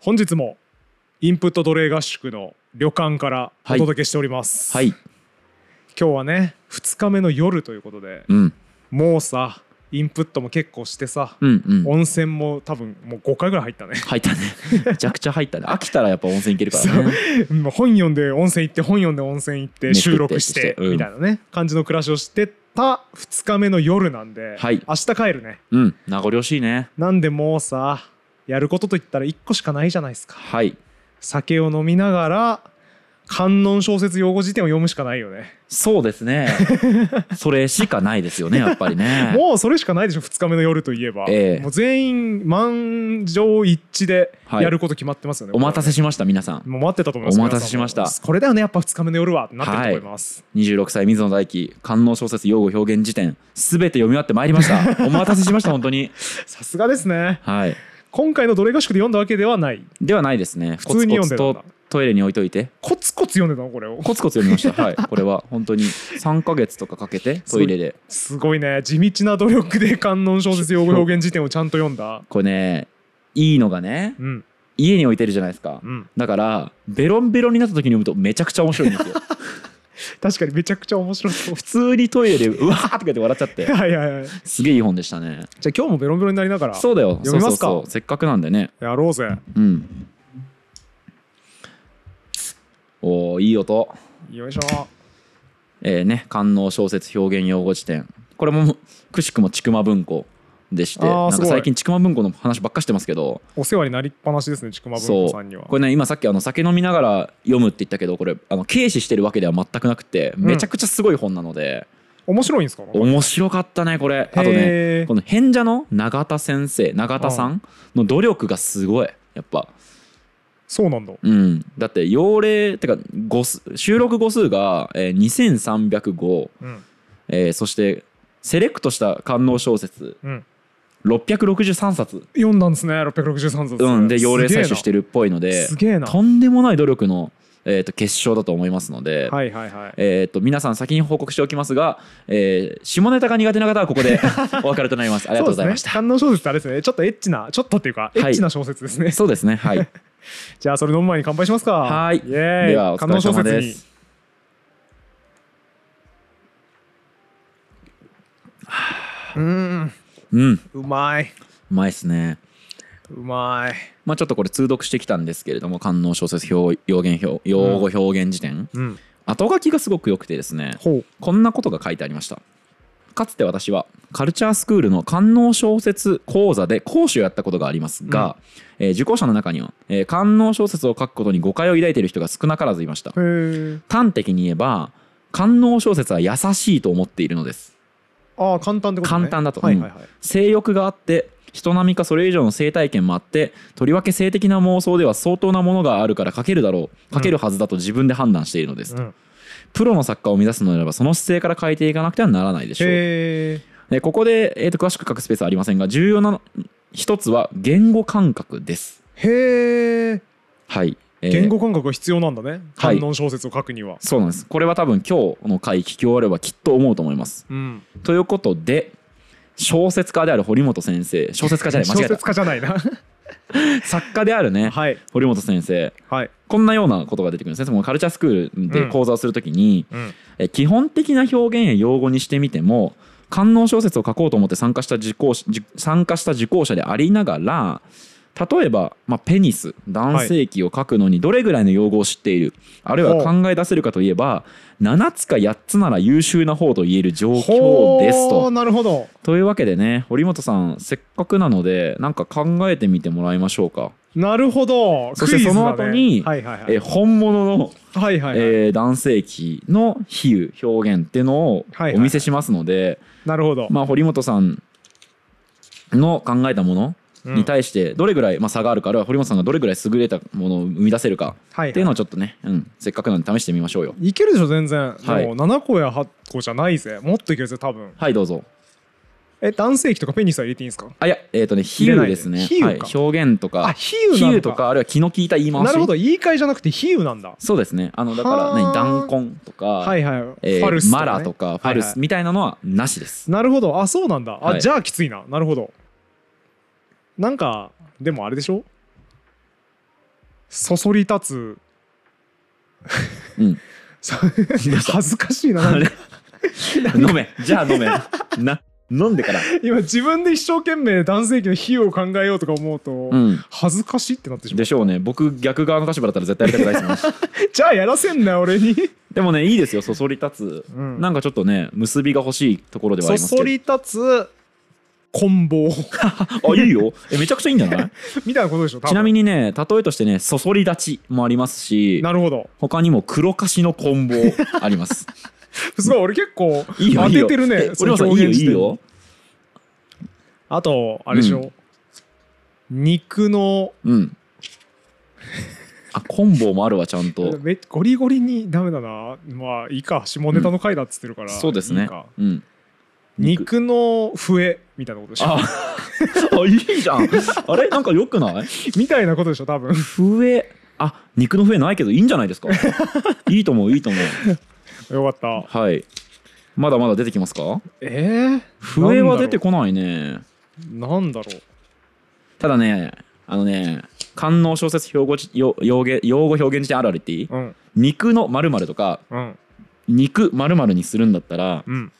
本日もインプット奴隷合宿の旅館からおはい届けしております、はい今日はね2日目の夜ということで、うんもうさインプットも結構してさ、うんうん温泉も多分もう5回ぐらい入ったね 入ったねめちゃくちゃ入ったね飽きたらやっぱ温泉行けるからねもう本読んで温泉行って本読んで温泉行って飯食って収録してしてうんみたいなね感じの暮らしをしてた2日目の夜なんで、はい明日帰るねうん名残惜しいねなんでもうさやることといったら1個しかないじゃないですかはい酒を飲みながら観音小説用語辞典を読むしかないよねそうですねそれしかないですよ ねやっぱりねもうそれしかないでしょ2日目の夜といえば、ええもう全員満場一致ではいやること決まってますよね、お待たせしました皆さこれんはねもう待ってたと思いますお待たせしました皆さんもこれだよねやっぱ2日目の夜はってなってると思います、 26歳水野大輝官能小説用語表現辞典すべて読み終わってまいりました お待たせしました本当にさすがですねはい今回のどれ合宿で読んだわけではないではないですね普通に読んでコツコたんだツとトイレに置いといてコツコツ読んでたのこれをコツコツ読みましたはいこれは本当に3ヶ月とかかけてトイレですごいね地道な努力で観音小説用語表現辞典をちゃんと読んだこれねいいのがねうん家に置いてるじゃないですかうんだからベロンベロンになった時に読むとめちゃくちゃ面白いんですよ 確かにめちゃくちゃ面白そう普通にトイレでうわーって言って笑っちゃって はいはいはいすげえいい本でしたねじゃあ今日もベロンベロンになりながらそうだよ読みますかそうそうそうせっかくなんでねやろうぜうんおおいい音よいしょえーね官能小説表現用語辞典これもくしくもちくま文庫でしあてーなんすかごい最近ちくま文庫の話ばっかしてますけどお世話になりっぱなしですねちくま文そ庫うさんにはこれね今さっきあの酒飲みながら読むって言ったけどこれあの軽視してるわけでは全くなくてんめちゃくちゃすごい本なので、面白いんですか面白かったねこれあとねへーこの変者の永田先生永田さんの努力がすごいやっぱそうなんだうんだって用例ってか語数収録語数が、えー、2305うんえーそしてセレクトした官能小説うん663冊、読んだんですね663冊うん、で用例採取してるるっぽいのですげえなとんでもない努力の、えー、と結晶だと思いますので、はいはいはいえー、と皆さん先に報告しておきますが、えー下ネタが苦手な方はここで お別れとなりますありがとうございましたそうですね観音小説ってあれですねちょっとエッチなちょっとっていうかエいッチな小説 ですねそうですねはいじゃあそれ飲む前に乾杯しますかはいイエーイではお疲れ様観音小で説にすうーんうんううまいまいっすねうまいまあちょっとこれ通読してきたんですけれども官能小説表表現表用語表現辞典、うん後書きがすごく良くてですねほうこんなことが書いてありましたかつて私はカルチャースクールの官能小説講座で講師をやったことがありますが、えー受講者の中には、えー官能小説を書くことに誤解を抱いている人が少なからずいましたへー端的に言えば官能小説は優しいと思っているのですああ簡単ってことね簡単だとはいはいはい性欲があって人並みかそれ以上の性体験もあってとりわけ性的な妄想では相当なものがあるから書けるだろう書けるはずだと自分で判断しているのです、うんプロの作家を目指すのならばその姿勢から変えていかなくてはならないでしょうへえーここで、えー、と詳しく書くスペースはありませんが重要なの一つは言語感覚です。ーへーはい、えー言語感覚が必要なんだねは観い音小説を書くにはそうなんですこれは多分今日の回聞き終わればきっと思うと思います。うんということで小説家である堀本先生小説家じゃない間小違え説た家じゃないな作家であるね はい堀本先生はいこんなようなことが出てくるんですねそのカルチャースクールで講座をするときに、うんえー基本的な表現や用語にしてみても官能小説を書こうと思って参加した受講者受参加した受講者でありながら例えば、まあ、ペニス男性器を書くのにどれぐらいの用語を知っている、あるいは考え出せるかといえば7つか8つなら優秀な方と言える状況ですほーと。なるほどというわけでね堀本さんせっかくなのでなんか考えてみてもらいましょうか。なるほどそしてクイズだねその後にはいはいはいえー本物のはいはいはいえー男性器の比喩表現っていうのをはいはいお見せしますので、なるほどまあ、堀本さんの考えたものに対してどれぐらい、まあ、差があるかあるいは堀本さんがどれぐらい優れたものを生み出せるかはいっていうのをちょっとね、うん、せっかくなんで試してみましょうよいけるでしょ全然はいもう7個や8個じゃないぜもっといけるぜ多分はいどうぞえ男性器とかペニスは入れていいんですかあいやえっ、とね比入れな喩いですね比喩かはい、表現とあか比喩なのとかあるいは気の利いた言い回しなるほど言い換えじゃなくて比喩なんだそうですねあのだかはらー何弾痕とか、はいはいフえーァルスマラとかファルはいはスいみたいなのはなしです、なるほどあそうなんだはあいじゃあきついななるほどなんかでもあれでしょそそり立つ、うん さどうした恥ずかしいななあん かれ飲めじゃあ飲めな飲んでから今自分で一生懸命男性器の費用を考えようとか思うと、うん恥ずかしいってなってしまでしょうね僕逆側の立場だったら絶対やりたくないですもんうじゃあやらせんな俺に、でもねいいですよそそり立つ、うんなんかちょっとね結びが欲しいところではそありますけどそり立つ棍 棒あいいよえめちゃくちゃいいんじゃないみたいなことでしょ多分ちなみにね例えとしてねそそり立ちもありますしなるほど他にも黒かしの棍棒ありますすごい俺結構いいよ当いいてよてるねえそ折の本さんいい表よい現いしてよあとあれでしょ、う肉のうんあ棍棒もあるわちゃん とめゴリゴリにダメだなまあいいか下ネタの回だっつってるから、そうですねいいかうん肉の笛みたいなことでしょああいいじゃんあれなんかよくない みたいなことでしょ多分 笛あ肉の笛ないけどいいんじゃないですかいいと思ういいと思うよかったはいまだまだ出てきますかえー、笛は出てこないねなんだろうただねあのね官能小説標語じ用用言用語表現辞典あるあるっていいなんだろ肉の〇〇とかううん肉〇〇にするんだったらうんうん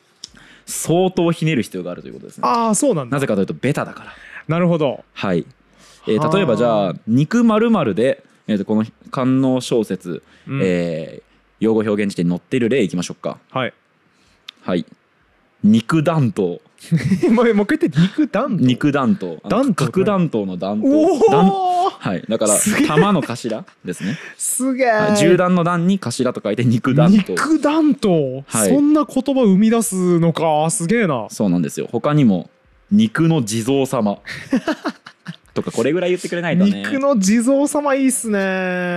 相当ひねる必要があるということですねああそうなんだなぜかというとベタだからなるほどはい、えーはあ例えばじゃあ肉〇〇で、えー、とこの官能小説、うんえー用語表現辞典に載ってる例いきましょうかはい はい肉弾頭もうもう一回言って肉弾頭肉弾頭あの弾頭核弾頭の弾頭弾おおはいだからすげえ弾の頭で すね、すげえ、はい銃弾の弾に頭と書いて肉弾頭肉弾頭、はいそんな言葉生み出すのかすげえなそうなんですよ他にも肉の地蔵 様とかこれぐらい言ってくれないとね肉の地蔵様いいっすね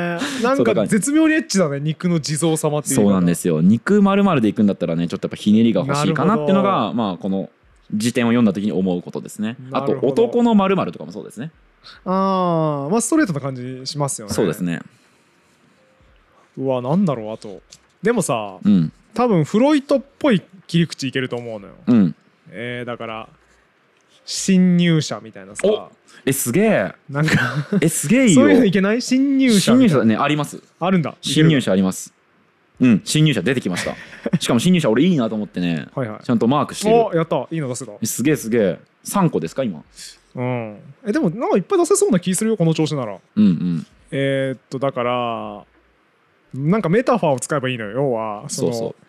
なそんうだかから絶妙にエッチだね肉の地蔵様っていうそうなんですすよ肉まるまるでいくんだったらねちょっとやっぱひねりが欲しいかななるっほどていうのがまあこの辞典を読んだ時に思うことですねあなとるほど男のまるまるとかもそうですねああまあストレートな感じしますよねそうですねうわなんだろうあとでもさうん多分フロイトっぽい切り口いけると思うのよ、うんえー、だから侵入者みたいなさおえすげえなんかえすげえいいよそういうのいけない侵入者侵み入たいな者ねありますあるんだ侵入者者ありますうん侵入者出てきました しかも侵入者俺いいなと思ってねはいはいちゃんとマークしてるおやったいいの出せたえすげえすげえ3個ですか今うんえでもなんかいっぱい出せそうな気するよこの調子ならうんうんえーっとだからなんかメタファーを使えばいいのよ要はそそのうそう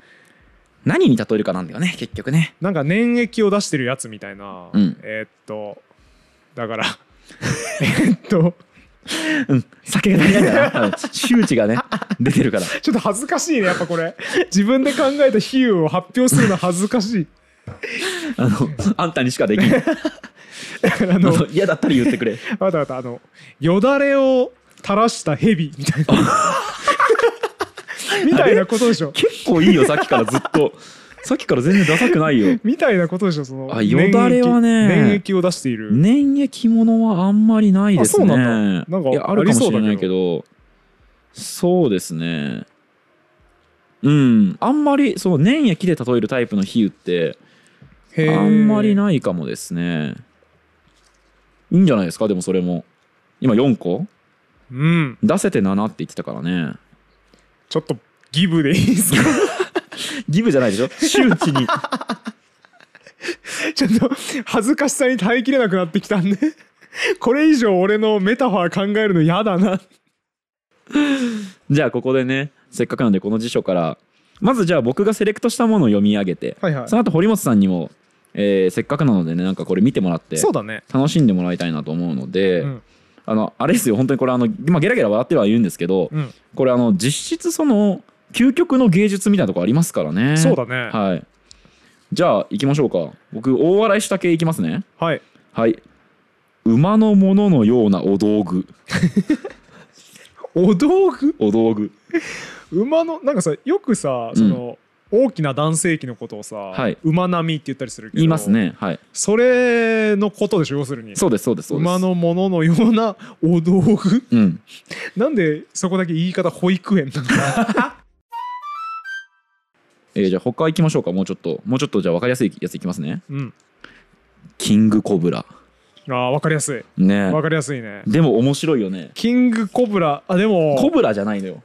何に例えるかなんだよね結局ねなんか粘液を出してるやつみたいな、うんえーっとだから えーっとうん酒が足りないん だなうん周知が ね出てるからちょっと恥ずかしいねやっぱこれ自分で考えた比喩を発表するのは恥ずかしい あのあんたにしかできないだからあ あのの嫌だったら言って くれわかったわかったあのよだれを垂らした蛇みた いなみたいなことでしょ結構いいよさっきからずっとさっきから全然ダサくないよみたいなことでしょそのあよだれはね粘液粘液を出している、粘液物はあんまりないですねあそうなんだなんかいやあるかもしれないけどそうですねうんあんまりそう粘液で例えるタイプの比喩ってへーあんまりないかもですねいいんじゃないですかでもそれも今4個うん出せて7って言ってたからねちょっとギブでいいですかギブじゃ ないでしょ周知にちょっと恥ずかしさに耐えきれなくなってきたんでこれ以上俺のメタファー考えるの嫌だなじゃあここでねせっかくなんでこの辞書からまずじゃあ僕がセレクトしたものを読み上げてはいはその後堀本さんにも、えーせっかくなのでねなんかこれ見てもらってそうだね楽しんでもらいたいなと思うので、うんあのあれですよ本当にこれあの、まあ、ゲラゲラ笑ってはいるんですけど、うんこれあの実質その究極の芸術みたいなとこありますからねそうだねはいじゃあ行きましょうか僕大笑いした系いきますねはいはい馬のもののようなお道具お道具お道具馬のなんかさよくさその、大きな男性器のことをさ、はい馬並みって言ったりするけど言いますねはいそれのことでしょ要するにそうですそうですそうです馬のもののようなお道具うんなんでそこだけ言い方保育園なんだ えーじゃあ他行きましょうかもうちょっともうちょっとじゃあ分かりやすいやついきますねうんキングコブラああ分かりやすいね分かりやすいねでも面白いよねキングコブラあでもコブラじゃないのよ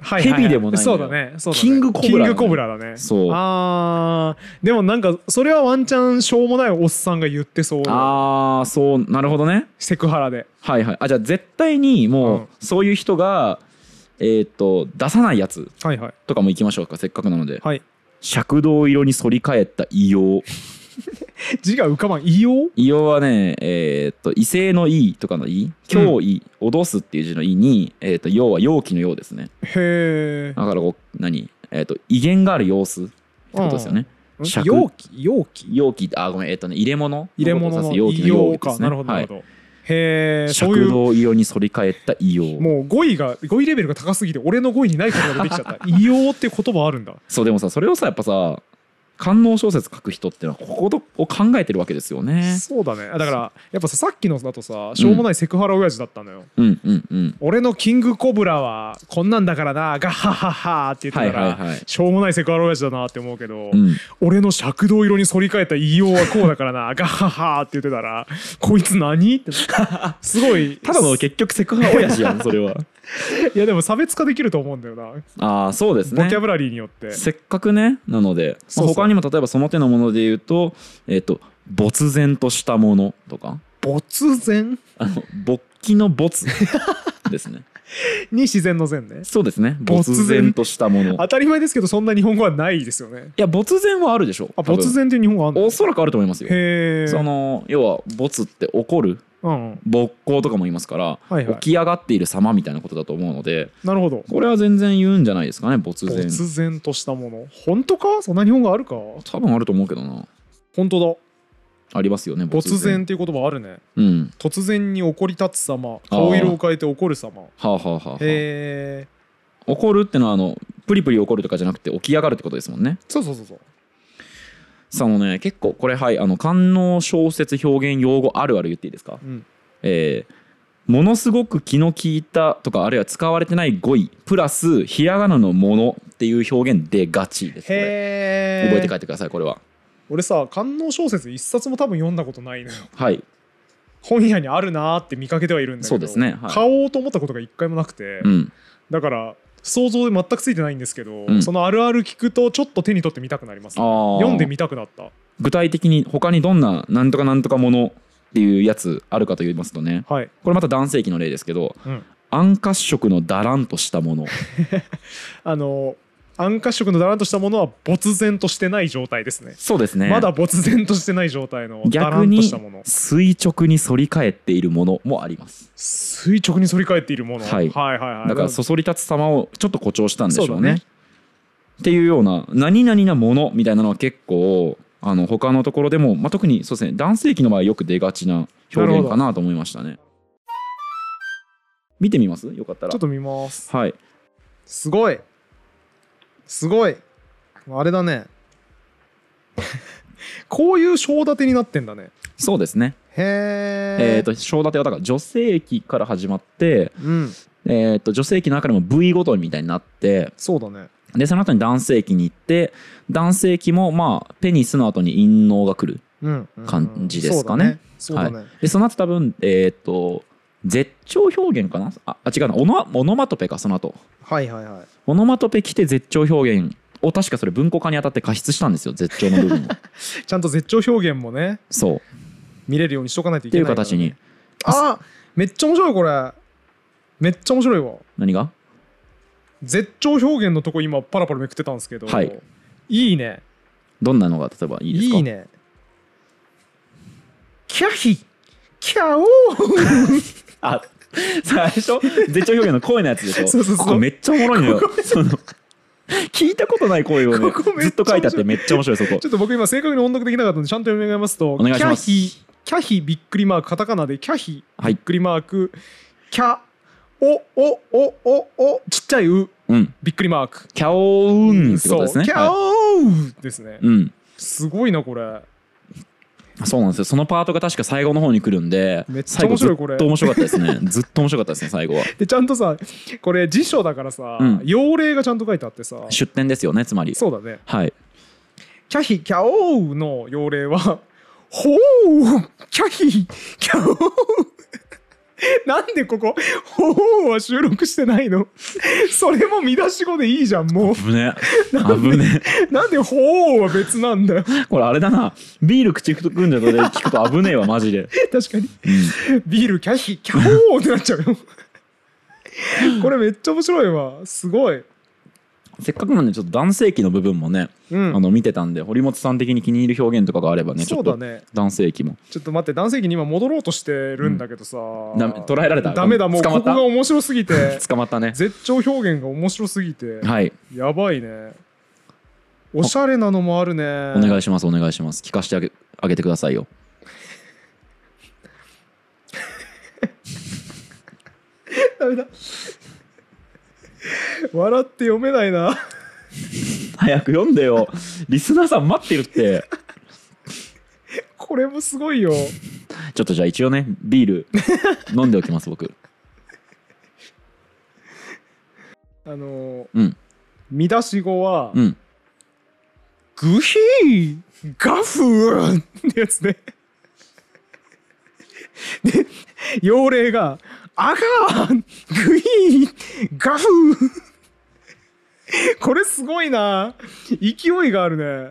はいはいはいヘビでもないのそようだねそうだねキングコブラキなンのよグコブラだねそうあーでもなんかそれはワンチャンしょうもないおっさんが言ってそうああそうなるほどねセクハラではいはいあじゃあ絶対にもううんそういう人がえーっと出さないやつはいはいとかも行きましょうかせっかくなのではい食道色に反り返った硫黄字が浮かばん異様硫黄はねえーっと異性の「異」とかの「異」「脅威」脅す」っていう字の「異」に「えーっと陽」は容器の「陽」ですねへえだからこう何えーっと威厳がある様子ってことですよね尺容器容器容器あごめんえーっとね入れ物入れ物のことのを指す異容様器の容か器ですねなるほどなはるいほどへえそうい食う道色に反り返った硫黄もう語彙が語彙レベルが高すぎて俺の語彙にないことが出てきちゃった異様って言葉あるんだそうでもさそれをさやっぱさ官能小説書く人ってのはここを考えてるわけですよねそうだねあだからやっぱささっきのだとさしょうもないセクハラ親父だったのよ、うんうんうん俺のキングコブラはこんなんだからなガッハッハッハーって言ってたら、はいはいはいしょうもないセクハラ親父だなって思うけど、うん俺の尺道色に反り返った異様はこうだからな ガッハッハーって言ってたらこいつ何ってなすごい ただの結局セクハラ親父 やんそれはいやでも差別化できると思うんだよな、ああそうですボねキャブラリーによってせっかくねなので、まそうあそう他にも例えばその手のもので言うとえっ、と没然としたものとか没然あの勃起の没 ですねに自然の善ねそうですね没没然然としたものい当たり前ですけどそんな日本語はないですよねや没然はあるでしょあ多分没然っていう日本語あるのおそらくあると思いますよへえその要は没って怒るうんうん勃興とかも言いますから、はいはい起き上がっている様みたいなことだと思うのでなるほどこれは全然言うんじゃないですかね没然突然としたもの本当かそんな日本語あるか多分あると思うけどな本当だありますよね突然っていう言葉あるねうん突然に怒り立つ様あー顔色を変えて怒る様はあはあはあはあ、へえ怒るってのはあのプリプリ怒るとかじゃなくて起き上がるってことですもんねそうそうそうそうそのね結構これはいあの官能小説表現用語あるある言っていいですか、うんえーものすごく気の利いたとかあるいは使われてない語彙プラスひらがなのものっていう表現でがちですこれへえ覚えて帰ってくださいこれは俺さ官能小説一冊も多分読んだことないのよはい本屋にあるなーって見かけてはいるんだけどそうですねはい買おうと思ったことが一回もなくて、うんだから想像で全くついてないんですけど、うんそのあるある聞くとちょっと手に取ってみたくなります、あー読んでみたくなった具体的に他にどんななんとかなんとかものっていうやつあるかと言いますとねはい、これまた男性器の例ですけどうん、暗褐色のだらんとしたものあの暗褐色のだらんとしたものは没然としてない状態ですねそうですねまだ没然としてない状態のだら逆んとにしたもの垂直に反り返っているものもあります垂直に反り返っているもの、はいはいはいはいだからそそり立つ様をちょっと誇張したんでしょうねそうだねっていうような何々なものみたいなのは結構あの他のところでも、まあ、特にそうですね男性器の場合よく出がちな表現かなと思いましたね見てみますよかったらちょっと見ますはいすごいすごいあれだね こういう章立てになってんだねそうですねへええー、と正立てはだから女性器から始まって、うんえー、と女性器の中でも部位ごとにみたいになってそうだねでその後に男性器に行って男性器もまあペニスの後に陰嚢が来るうんうんうん感じですかねそうだねそうだねでその後多分えっ、と絶頂表現かなああ違うなオノオノマトペかその後はいはいはいオノマトペ来て絶頂表現を確かそれ文庫化にあたって加筆したんですよ絶頂の部 分をちゃんと絶頂表現もねそうっ見れるようにしとかないといてけいなういから形にあめっちゃ面白いこれめっちゃ面白いわ何が絶頂表現のとこ今パラパラめくってたんですけど、はい、いいねどんなのが例えばいいですかいいねキャヒキャオーあ最初絶頂表現の声のやつでしょそうそうそうここめっちゃおもろいのよその聞いたことない声をねここめっちゃ面白いずっと書いてあってめっちゃ面白いそこちょっと僕今正確に音読できなかったんでちゃんと読み上げますとお願いしますキャヒキャヒびっくりマークカタカナでキャヒはいびっくりマークキャおおおおおちっちゃいううんびっくりマークキャオウンってことですねそうキャはオーですねいうんすごいなこれそうなんですよそのパートが確か最後の方に来るんでめっちゃ最後面ず白いっこれと面白かったで すねずっと面白かったですね最後はでちゃんとさこれ辞書だからさ、うん用例がちゃんと書いてあってさ出典ですよねつまりそうだねはいキャヒキャオーの用例は「ほうキャヒキャホー なんでここ「ほう」は収録してないのそれも見出し語でいいじゃんもう危ね危ねなんで「ほう」は別なんだよこれあれだなビール口含んでたで聞くと危ねえわマジで確かにビールキャヒキャホーってなっちゃうよこれめっちゃ面白いわすごいせっかくなんでちょっと男性器の部分もね、うんあの見てたんで堀本さん的に気に入る表現とかがあればねちそょうっとだね男性器もちょっと待って男性器に今戻ろうとしてるんだけどさ、ダメ捉えられたダメだもう捕こまこったが面白すぎて 捕まったね絶頂表現が面白すぎてはいやばいねおしゃれなのもあるねお願いしますお願いします聞かせてあげあげてくださいよダメだ笑って読めないな 早く読んでよリスナーさん待ってるってこれもすごいよちょっとじゃあ一応ねビール飲んでおきます僕あのーうん見出し語はうん「グヒーガフー」ってやつねで幼霊が「アガーグヒーガフー」これすごいな勢いがあるね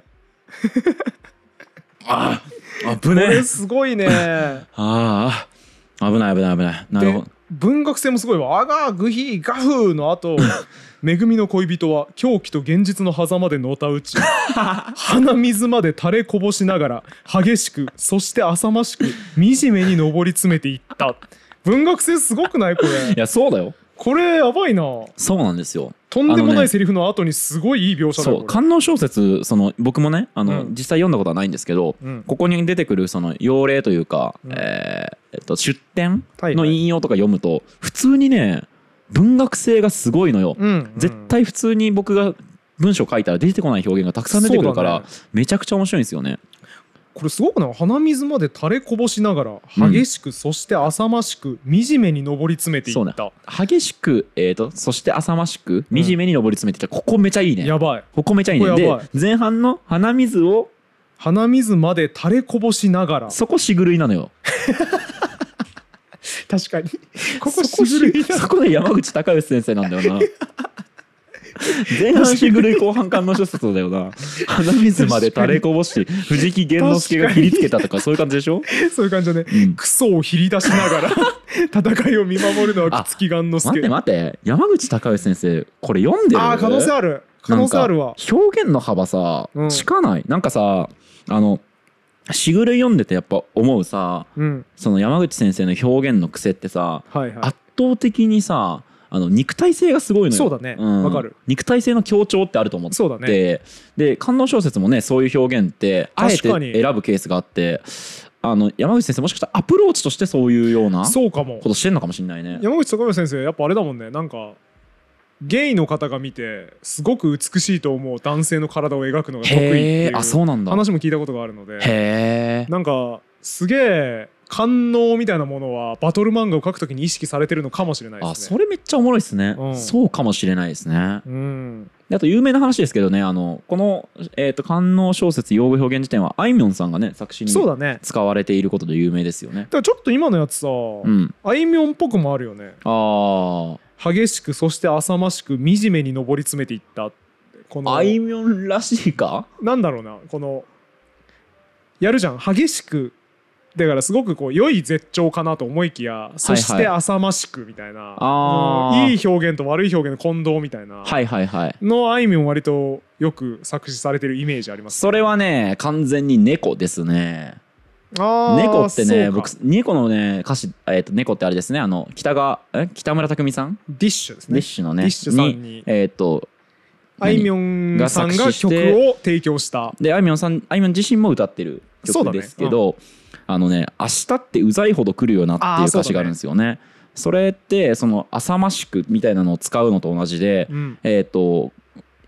ああ危こねえれすごいねああ危ない危ない危ないなるでほど文学性もすごいわ「アガーグヒーガフー」のあ と「恵みの恋人は狂気と現実の狭間でのたう ち鼻水まで垂れこぼしながら激しくそして浅ましく惨めに上り詰めていった」文学性すごくないこいれやそうだよこれやばいなそうなんですよとんでもあのないねセリフの後にすごいいい描写だそようこれ官能小説その僕もねあの、うん実際読んだことはないんですけど、うんここに出てくるその用例というか、うんえーえっと、出典はいはのい引用とか読むと、普通にね文学性がすごいのよ、うんうん絶対普通に僕が文章書いたら出てこない表現がたくさん出てくるから、そうだめちゃくちゃ面白いんですよねこれすごくない鼻水まで垂れこぼしながら激しく、そして浅ましく惨めに上り詰めていそうっねた、激しく、えー、とそして浅ましく惨めに上り詰めてきた、ここめちゃいいねやばいここめちゃいいこねこでやばい前半の鼻水を鼻水まで垂れこぼしながら そこしぐるいなのよ確かにここそこしぐるいそこで山口孝之先生なんだよな前半しぐるい後半官能小説だよな鼻水まで垂れこぼし藤木源之助が切りつけたとかそういう感じでしょ、 そういう感じだねうんクソをひり出しなが ら戦いを見守るのは朽木雁之待って助待って山口孝之先生これ読んでるああ可能性ある可能性あるわなんか表現の幅さうんしかない、なんかさあのしぐるい読んでてやっぱ思うさうんその山口先生の表現の癖ってさはいはい圧倒的にさあの肉体性がすごいのよそうだねうんわかる肉体性の強調ってあると思ってそうだねてで官能小説もねそういう表現ってあえて確か選にぶケースがあってあの山口先生もしかしたらアプローチとしてそういうようなこそうかもとしてんのかもしれないね山口孝之先生やっぱあれだもんねなんかゲイの方が見てすごく美しいと思う男性の体を描くのが得意ってへいえうあそうなんだ話も聞いたことがあるのでへえなんかすげえ官能みたいなものはバトル漫画を描くときに意識されてるのかもしれないですねあそれめっちゃおもろいですね、うんそうかもしれないですねうんであと有名な話ですけどねあのこの、えーと「官能小説用語表現辞典」はあいみょんさんがね作詞にそうだね使われていることで有名ですよねだからちょっと今のやつさ、うんあいみょんっぽくもあるよねあ激しくそして浅ましく惨めに上り詰めていったこあのあいみょんらしいかなんだろうなこのやるじゃん激しくだからすごくこう良い絶頂かなと思いきやそして浅ましくみたいな、あーうんいい表現と悪い表現の混同みたいな、はいはいはいのあいみょん割とよく作詞されてるイメージありますそれはね完全に猫ですねあー猫ってそうねか僕猫のね歌詞、えーと猫ってあれですねあの北川え北村匠海さん、ディッシュですディねッシュのねディッシュさんにえっ、とあいみょんさんが作が詞し曲てを提供したであいみょんさんあいみょん自身も歌ってるそう曲だねですけど、あのね「明日ってうざいほど来るよな」っていうあーそうだね歌詞があるんですよね。それってその「浅ましく」みたいなのを使うのと同じで、うんえっ、と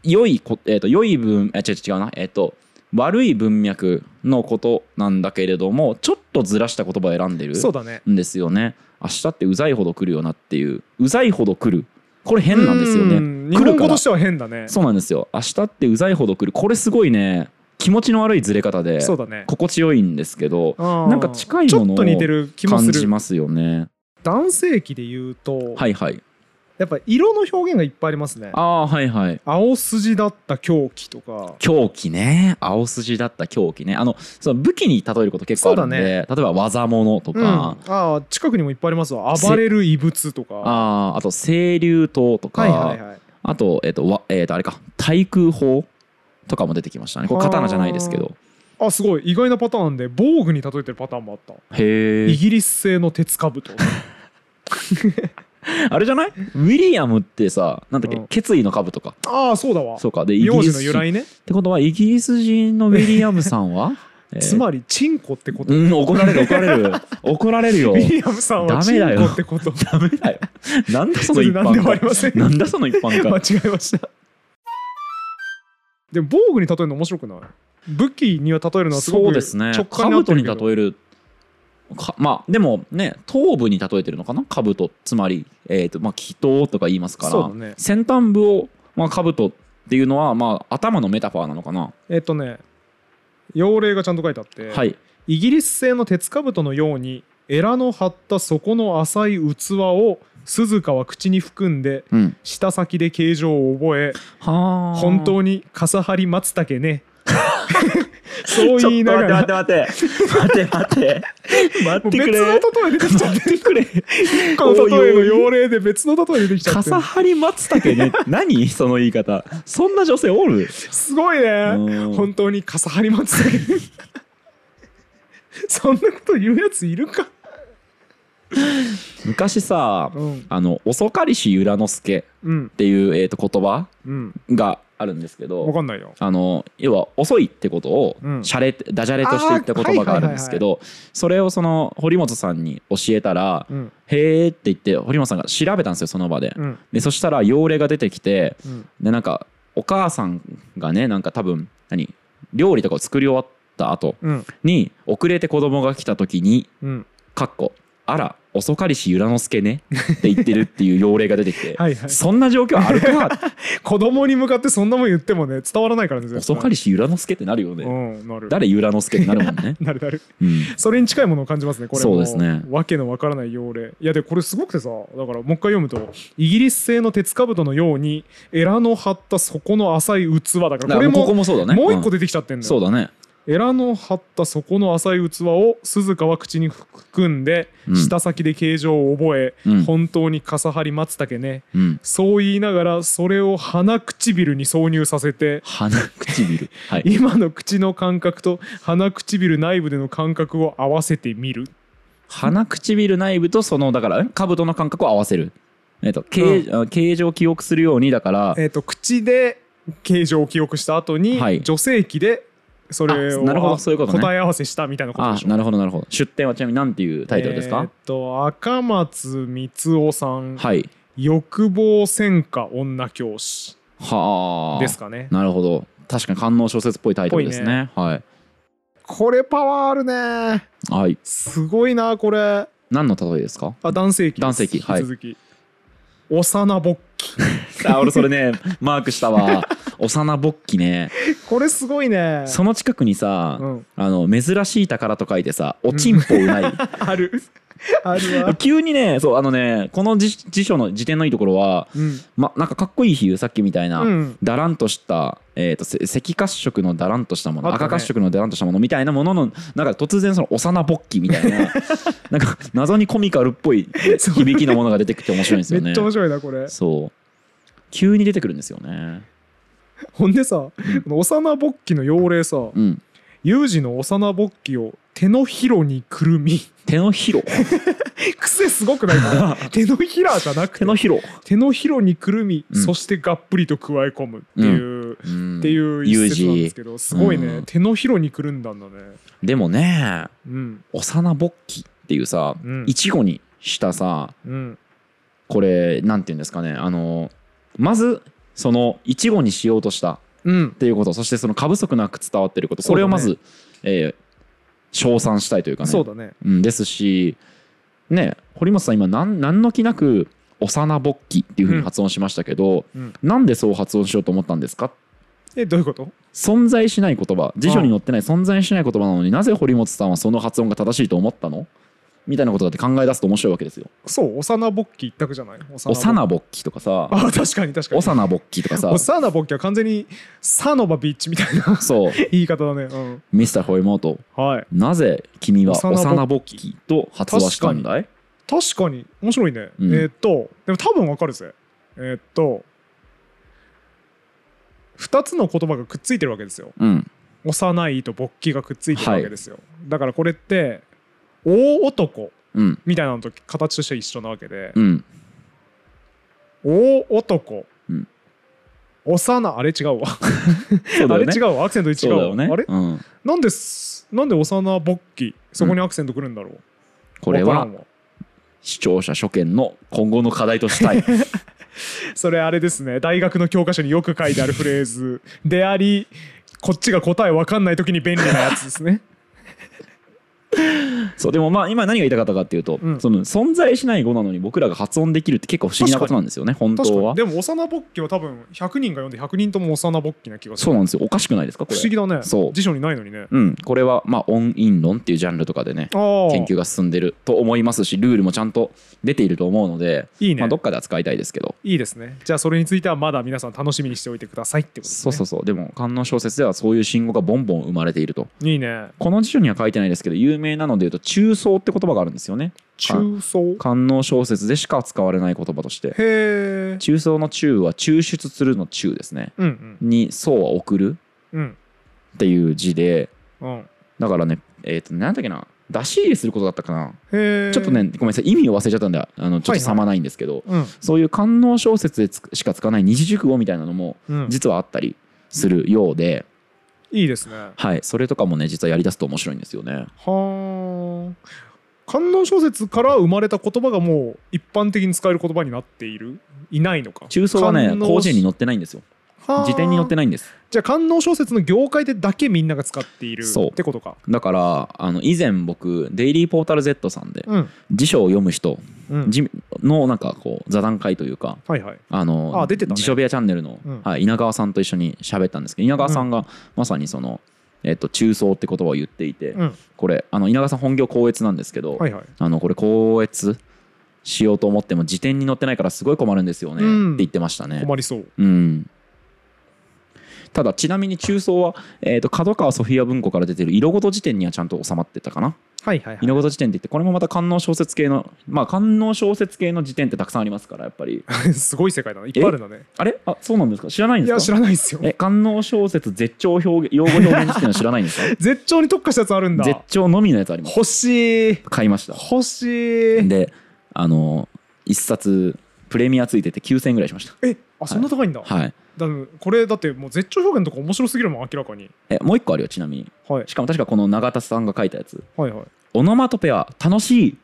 良いこ、えー、と良い文え違う違うなえっ、と悪い文脈のことなんだけれどもちょっとずらした言葉を選んでるそうだねんですよね。明日ってうざいほど来るよなっていううざいほど来るこれ変なんですよね。うん日来る本か語らとしては変だねそうなんですよ。明日ってうざいほど来る。これすごいね。気持ちの悪いずれ方でそうだね心地よいんですけどななんか近いものをちょっと似てる気も感すじるますよね男性器で言うと、はいはいやっぱ色の表現がいっぱいありますねああはいはい青筋だった狂気とか狂気ね青筋だった狂気ねあのその武器に例えること結構あるんで、そうだ例えば技物とうん、あか、あ近くにもいっぱいありますわ暴れる異物とかあーあと清流刀とか、はいはいはいあと,、えっとわえっとあれか対空砲とかも出てきましたねこれ刀じゃないですけどあすごい意外なパターンで防具に例えてるパターンもあったへイえギリス製の鉄兜 あれじゃないウィリアムってさなんだっけ、うん決意の株とかああそうだわそうかでイギ名リ字スの人由来ね、ってことはイギリス人のウィリアムさ んは、えーつまりチンコってことうん怒られる怒られる怒られるよウィリアムさんはダチメだンよコってこと ダメだよなんだそそのれ一なんで般もあり化ませんなんだその一 般間化違えましたでも防具に例えるの面白くない武器には例えるのはすごくそうですね直感に合って兜るにけど例えるかまあでもね頭部に例えてるのかな兜つまりえーとまあ祈祷とか言いますかそうら、だね先端部をまあ兜っていうのはまあ頭のメタファーなのかなえっとね用例がちゃんと書いてあって、はいイギリス製の鉄兜のようにエラの張った底の浅い器を鈴鹿は口に含んでうん舌先で形状を覚えはあ本当に笠張り松茸 ねそう言いながらちょっと待って待って待って待って待って待ってもう別のくれ例え出てきちゃって待ってくれ一個の例えの用例で別の例え出てきちゃって笠張松茸ね何その言い方そんな女性おるすごいねうん本当に笠張り松茸 ねそんなこと言うやついるか、昔さうんあの遅かりし由良之助うんっていう、えー、と言葉うんがあるんですけわどかんないよあの要は遅いってことをうんシャレダジャレとして言った言葉があるんですけどそれをその堀本さんに教えたらうん「へえ」って言って堀本さんが調べたんですよその場で。うんでそしたら用例が出てきてうんでなんかお母さんがねなんか多分何料理とかを作り終わった後うんに遅れて子供が来た時にうんかっこあら遅かりし由良之助ねって言ってるっていう用例が出てきてはい はいそんな状況あ るか子供に向かってそんなもん言ってもね伝わらないからね絶対遅かりし由良之助ってなるようねんなる、誰由良之助ってなるもんねなるなるうん、それに近いものを感じますねこれもそうですねわけのわからない用例いやでこれすごくてさだからもう一回読むとイギリス製の鉄兜のようにエラの張った底の浅い器だからだこかれらもここもそうだねもう一個で、出てきちゃってんうんのそよ、うだねエラの張った底の浅い器を鈴鹿は口に含んでうん舌先で形状を覚え、うん本当に笠張り松茸ねうんそう言いながらそれを鼻唇に挿入させて鼻唇はい今の口の感覚と鼻唇内部での感覚を合わせてみる鼻唇内部とそのだからん兜の感覚を合わせるえっと形,、あ形状を記憶するようにだからえー、と口で形状を記憶した後に、はい女性器でそれをあなるほどそういうことね答え合わせしたみたいなことあでしょなるほどなるほど出典はちなみに何ていうタイトルですえーかっ、と赤松光夫さん、はい欲望戦火女教師はあですかねなるほど確かに官能小説っぽいタイトルですねはいこれパワーあるねはいすごいなこれ何の例えですか あ男性器です男性器はい引き続き幼ぼっ きあ俺それ ねマークしたわ幼ぼっきねこれすごいねその近くにさ、うんあの珍しい宝と書いてさおちんぽうない、 あるあるわ急にね そうあのねこの辞辞書の辞典のいいところは、うんま、なんかかっこいい比喩さっきみたいな、うんだらんとした、えー、とせ赤褐色のだらんとしたもの、あったね赤褐色のだらんとしたものみたいなもののなんか突然その幼ぼっきみ たいななんか謎にコミカルっぽいそう響きのものが出てきて面白いんですよめねっちゃ面白いなこれそう急に出てくるんですよねほんでさ、この幼ぼっきの用例さ、うん有事の幼ぼっきを手のひらにくるみ 手のひろ癖すごくないかな 手のひらじゃなくて手のひろ、手のひらにくるみ、うんそしてがっぷりとくわえ込むっていう、うんっていう一節なんですけどすごいね、うん手のひらにくるんだんだねでもねうん幼ぼっきっていうさうんいちごにしたさうんこれなんて言うんですかねあのまずそのいちごにしようとしたうんっていうことそしてその過不足なく伝わってることそうこだねれをまず、えー称賛したいというかねそうだねうん、ですしね堀本さん今何何の気なく「幼ぼっき」っていうふうに発音しましたけど、うんなんでそう発音しようと思ったんですかっえどういうこと存在しない言葉辞書に載ってない存在しない言葉なのになぜ堀本さんはその発音が正しいと思ったのみたいなことだって考え出すと面白いわけですよ。そう幼ぼっき一択じゃない幼ぼっき幼ぼっきとかさあ確かに確かに幼ぼっきとかさ幼ぼっきは完全にサノバビッチみたいな そう言い方だね、うん、ミスター堀本はいなぜ君は幼幼ぼぼっっききと発話したんだい確かに面白いね、うんえーっとでも多分わかるぜえーっと2つの言葉がくっついてるわけですようん幼いと勃起がくっついてるわけですよ、だからこれって大男うんみたいなのと形としては一緒なわけで、うん大男、うん幼あれ違うわそうだあれよね違うわアクセント違そうだうよわねあれうん、なんですなんで幼勃起そこにアクセントくるんだろう、これわからはんわ視聴者諸見の今後の課題とし たいそれあれですね大学の教科書によく書いてあるフレー ズでありこっちが答えわかんない時に便利なやつです ねそうでもまあ今何が言いたかったかっていうと、うんその存在しない語なのに僕らが発音できるって結構不思議なことなんですよね本確か当にはでも幼勃起は多分100人が読んで100人とも幼勃起な気がすそうるなんですよおかしくないですか不これ思議だねそう辞書にないのにねうん、これはまあ音韻論っていうジャンルとかでねあー研究が進んでると思いますしルールもちゃんと出ていると思うのでいいねまあ、どっかで扱いたいですけどいいですねじゃあそれについてはまだ皆さん楽しみにしておいてくださいってことですそうねそうそうでも観音小説ではそういう信号がボンボン生まれているといいねこの辞書には書いてないですけど有名なのでいうと中層って言葉があるんですよね中層観音小説でしか使われない言葉としてへえ中層の中は抽出するの中ですねうんに層は送るうんうんっていう字でうんへだからねえっ、となんだっけな出し入れすることだったかなえちょっとねごめんなさい意味を忘れちゃったんであのちょっとさまないんですけど、うんそういう官能小説でつくしか使わない二字熟語みたいなのもうん実はあったりするようで、いいですねははい、それとかもね実はやりだすと面白いんですよね。ー観音小説から生まれた言葉がもう一般的に使える言葉になっているいないのか中層はね官能広辞苑に載ってないんですよはー辞典に載ってないんですじゃあ観音小説の業界でだけみんなが使っているそうってことかだからあの以前僕デイリーポータル Z さんでうん辞書を読む人うんじのなんかこう座談会というかはいはいあのあ出てたね辞書部屋チャンネルの、うんはい、稲川さんと一緒に喋ったんですけど稲川さんがまさにその、えっと中層って言葉を言っていて、うんこれあの稲川さん本業高越なんですけど、はいはいあのこれ校閲しようと思っても辞典に載ってないからすごい困るんですよね、うんって言ってましたね。困りそううんただちなみに中層は、えー、と角川ソフィア文庫から出てる色ごと辞典にはちゃんと収まってたかなはいはいはい色ごと辞典って言ってこれもまた官能小説系のまあ官能小説系の辞典ってたくさんありますからやっぱり すごい世界だないっぱいあるんだねあれあそうなんですか知らないんいですかや知らないですよえ官能小説絶頂表現用語表現辞典は知らないんです か絶頂に特化したやつあるんだ絶頂のみのやつあります欲しい買いました欲しいであの1冊プレミアついてて9000円ぐらいしましたえあそんな高いんだ,、はいだからこれだってもう絶頂表現のとか面白すぎるもん明らかにえもう一個あるよちなみにはいしかも確かこの永田さんが書いたやつはいはいオノマトペは楽しい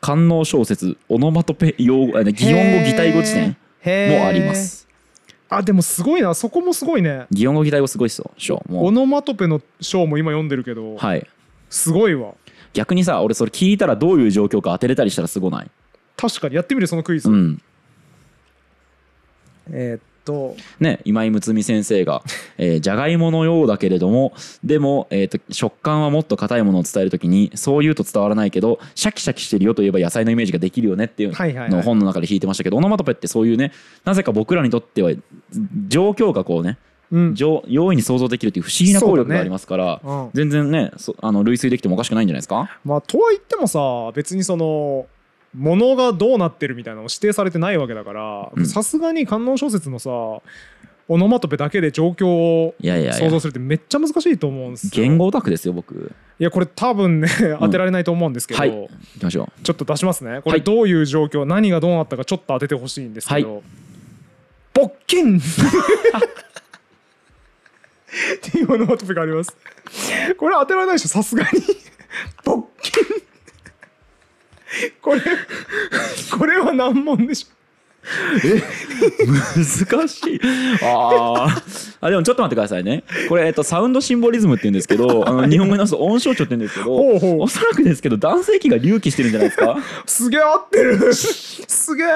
官能小説オノマトペ用語あね擬音語擬態語辞典典もありますあでもすごいなそこもすごいね擬音語擬態語すごいっすよ師匠もオうノマトペの章も今読んでるけど、はいすごいわ逆にさ俺それ聞いたらどういう状況か当てれたりしたらすごない確かにやってみるそのクイズ、うんえーっとね、今井睦美先生が 「えーじゃがいものようだけれどもでも、えーと食感はもっと硬いものを伝える時にそう言うと伝わらないけどシャキシャキしてるよといえば野菜のイメージができるよね」っていうはいはいはいのを本の中で引いてましたけどオノマトペってそういうねなぜか僕らにとっては状況がこうねうん上容易に想像できるっていう不思議な効力がありますから、そうだねうん全然ねそあの類推できてもおかしくないんじゃないですかまあとは言ってもさ別にそのものがどうなってるみたいなのを指定されてないわけだからうんさすがに観音小説のさオノマトペだけで状況をいやいやい想像やするってめっちゃ難しいと思うんですよ言語オタクですよ僕いやこれ多分ね当てられないと思うんですけど、はい行きましょうちょっと出しますねこれはいどういう状況、何がどうなったかちょっと当ててほしいんですけど、勃 金っていうオノマトペがありますこれ当てられないでしょさすがに勃金これこれは難問でしょ難しい あーあでもちょっと待ってくださいねこれ、えっと、サウンドシンボリズムって言うんですけどあの日本語に直すと音象徴って言うんですけどほうほうおそらくですけど男性器が隆起してるんじゃないです かすげえ合ってるすげえ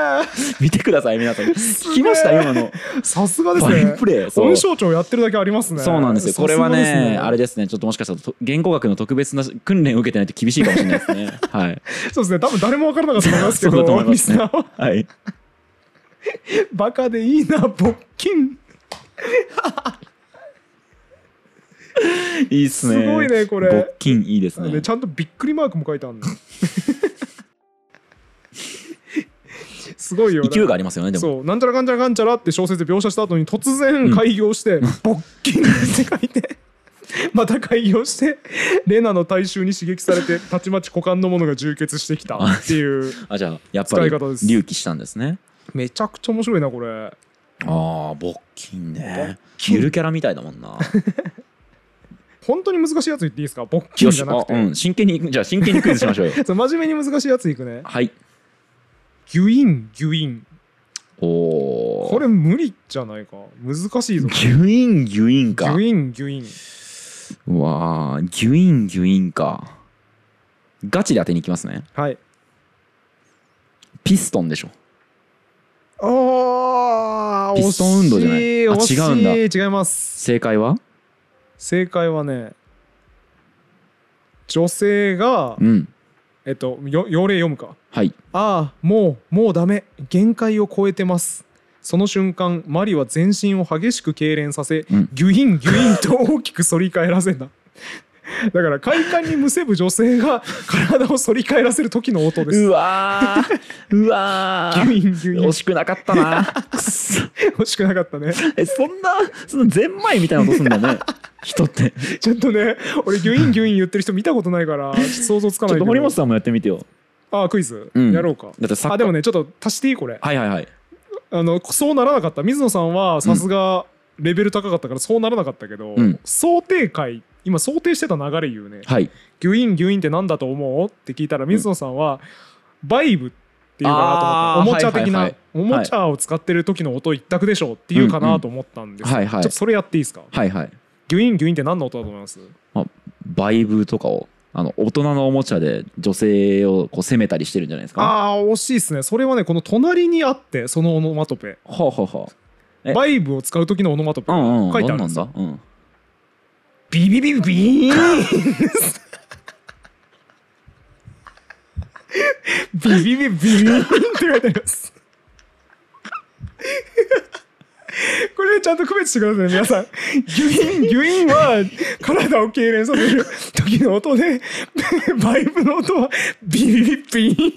見てください皆さん聞きました今のさすがですファイねンプレーそう音象徴やってるだけありますねそうなんですよこれはねさすがですあれですねちょっともしかしたらと言語学の特別な訓練を受けてないと厳しいかもしれないです ねはい、そうですね多分誰も分からなかったと思いますけそうだとど思いリますスねナーははい、バカでいいな勃起いいっすねすごいねこれ勃起いいですねねちゃんとびっくりマークも書いてあるのすごいよね勢いがありますよねでもそうなんちゃらかんちゃらかんちゃらって小説で描写した後に突然開業して「勃起」って書いてまた開業してレナの大衆に刺激されてたちまち股間のものが充血してきたっていうあじゃあやっぱ使りい方です隆起したんですねめちゃくちゃ面白いなこれああ勃起ね起ゆるキャラみたいだ もんな本当に難しいやつ言っていいですか勃起よしじゃなあくて、うん真剣にいくじゃあ真剣にクイズし ましょうよそう真面目に難しいやついくねはいギュインギュインおおこれ無理じゃないか難しいぞギュインギュインギかュインギュインうわあギュインギュインかガチで当てに行きますねはいピストンでしょあーピストン運動じゃないあ惜し違うんだい違います正解は正解はね女性がうんえっとよ要例読むかはいああもうもうダメ限界を超えてますその瞬間マリは全身を激しく痙攣させ、うんギュインギュインと大きく反り返ら せんだだから快感にむせぶ女性が体を反り返らせる時の音ですうわーうわ ギューインギュイン惜しくなかったなくっそ欲しくなかったねえそんなそのゼンマイみたいな音すん だね人ってちょっとね俺ギュインギュイン言ってる人見たことないから想像つかちなょいけっとど堀本さんもやってみてよああクイズ、うんやろうかだってサッカーあでもねちょっと足していいこれはいはいはいあのそうならなかった水野さんはさすがレベル高かったからそうならなかったけど、うん想定回今想定してた流れ言うね、はいギュインギュインってなんだと思うって聞いたら水野さんは、バイブっていうかなと思ったあーおもちゃ的な、はいはいはいおもちゃを使ってる時の音一択でしょうっていうかなと思ったんですけど、はいはいちょっとそれやっていいですか、はいはいギュインギュインって何の音だと思いますバイブとかをあの大人のおもちゃで女性をこう責めたりしてるんじゃないですかああ惜しいですねそれはねこの隣にあってそのオノマトペほうほうほえバイブを使う時のオノマトペううんうん書いてあるんどんですなよんだ、うん、ビビビビビーンビビビビーンって書いてありますこれちゃんと区別してください皆さんギュインギュインは体を痙攣させる時の音でバイブの音はビビビビーン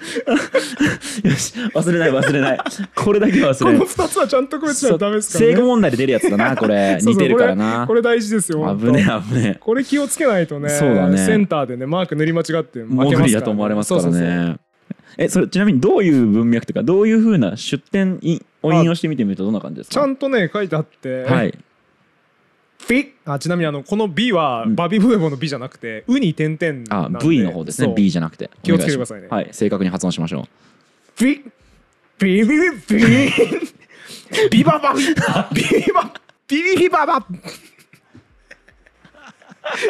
よし忘れない忘れない これだけは忘これなのい2つはちゃんと区別しないとダメですから正ね誤問題で出るやつだなこれそう似そうてるからなこれこれ大事ですよ本当危ねえ危ねこれ気をつけないとねそうだねセンターでねマーク塗り間違って負けえもう無理だと思われますからそねうそうそうえそれちなみにどういう文脈とかどういうふうな出典いを引用してみてみるとどんな感じですちゃかんとね書いてあって、はいフィあちなみにあのこの B はうんバビブエボの B じゃなくて「ウ」に点々なあんで V の方でそすねう B じゃなくて気をつけてお願しますくださいねはい正確に発音しましょうフィビビビビーンビババビビバビビビババ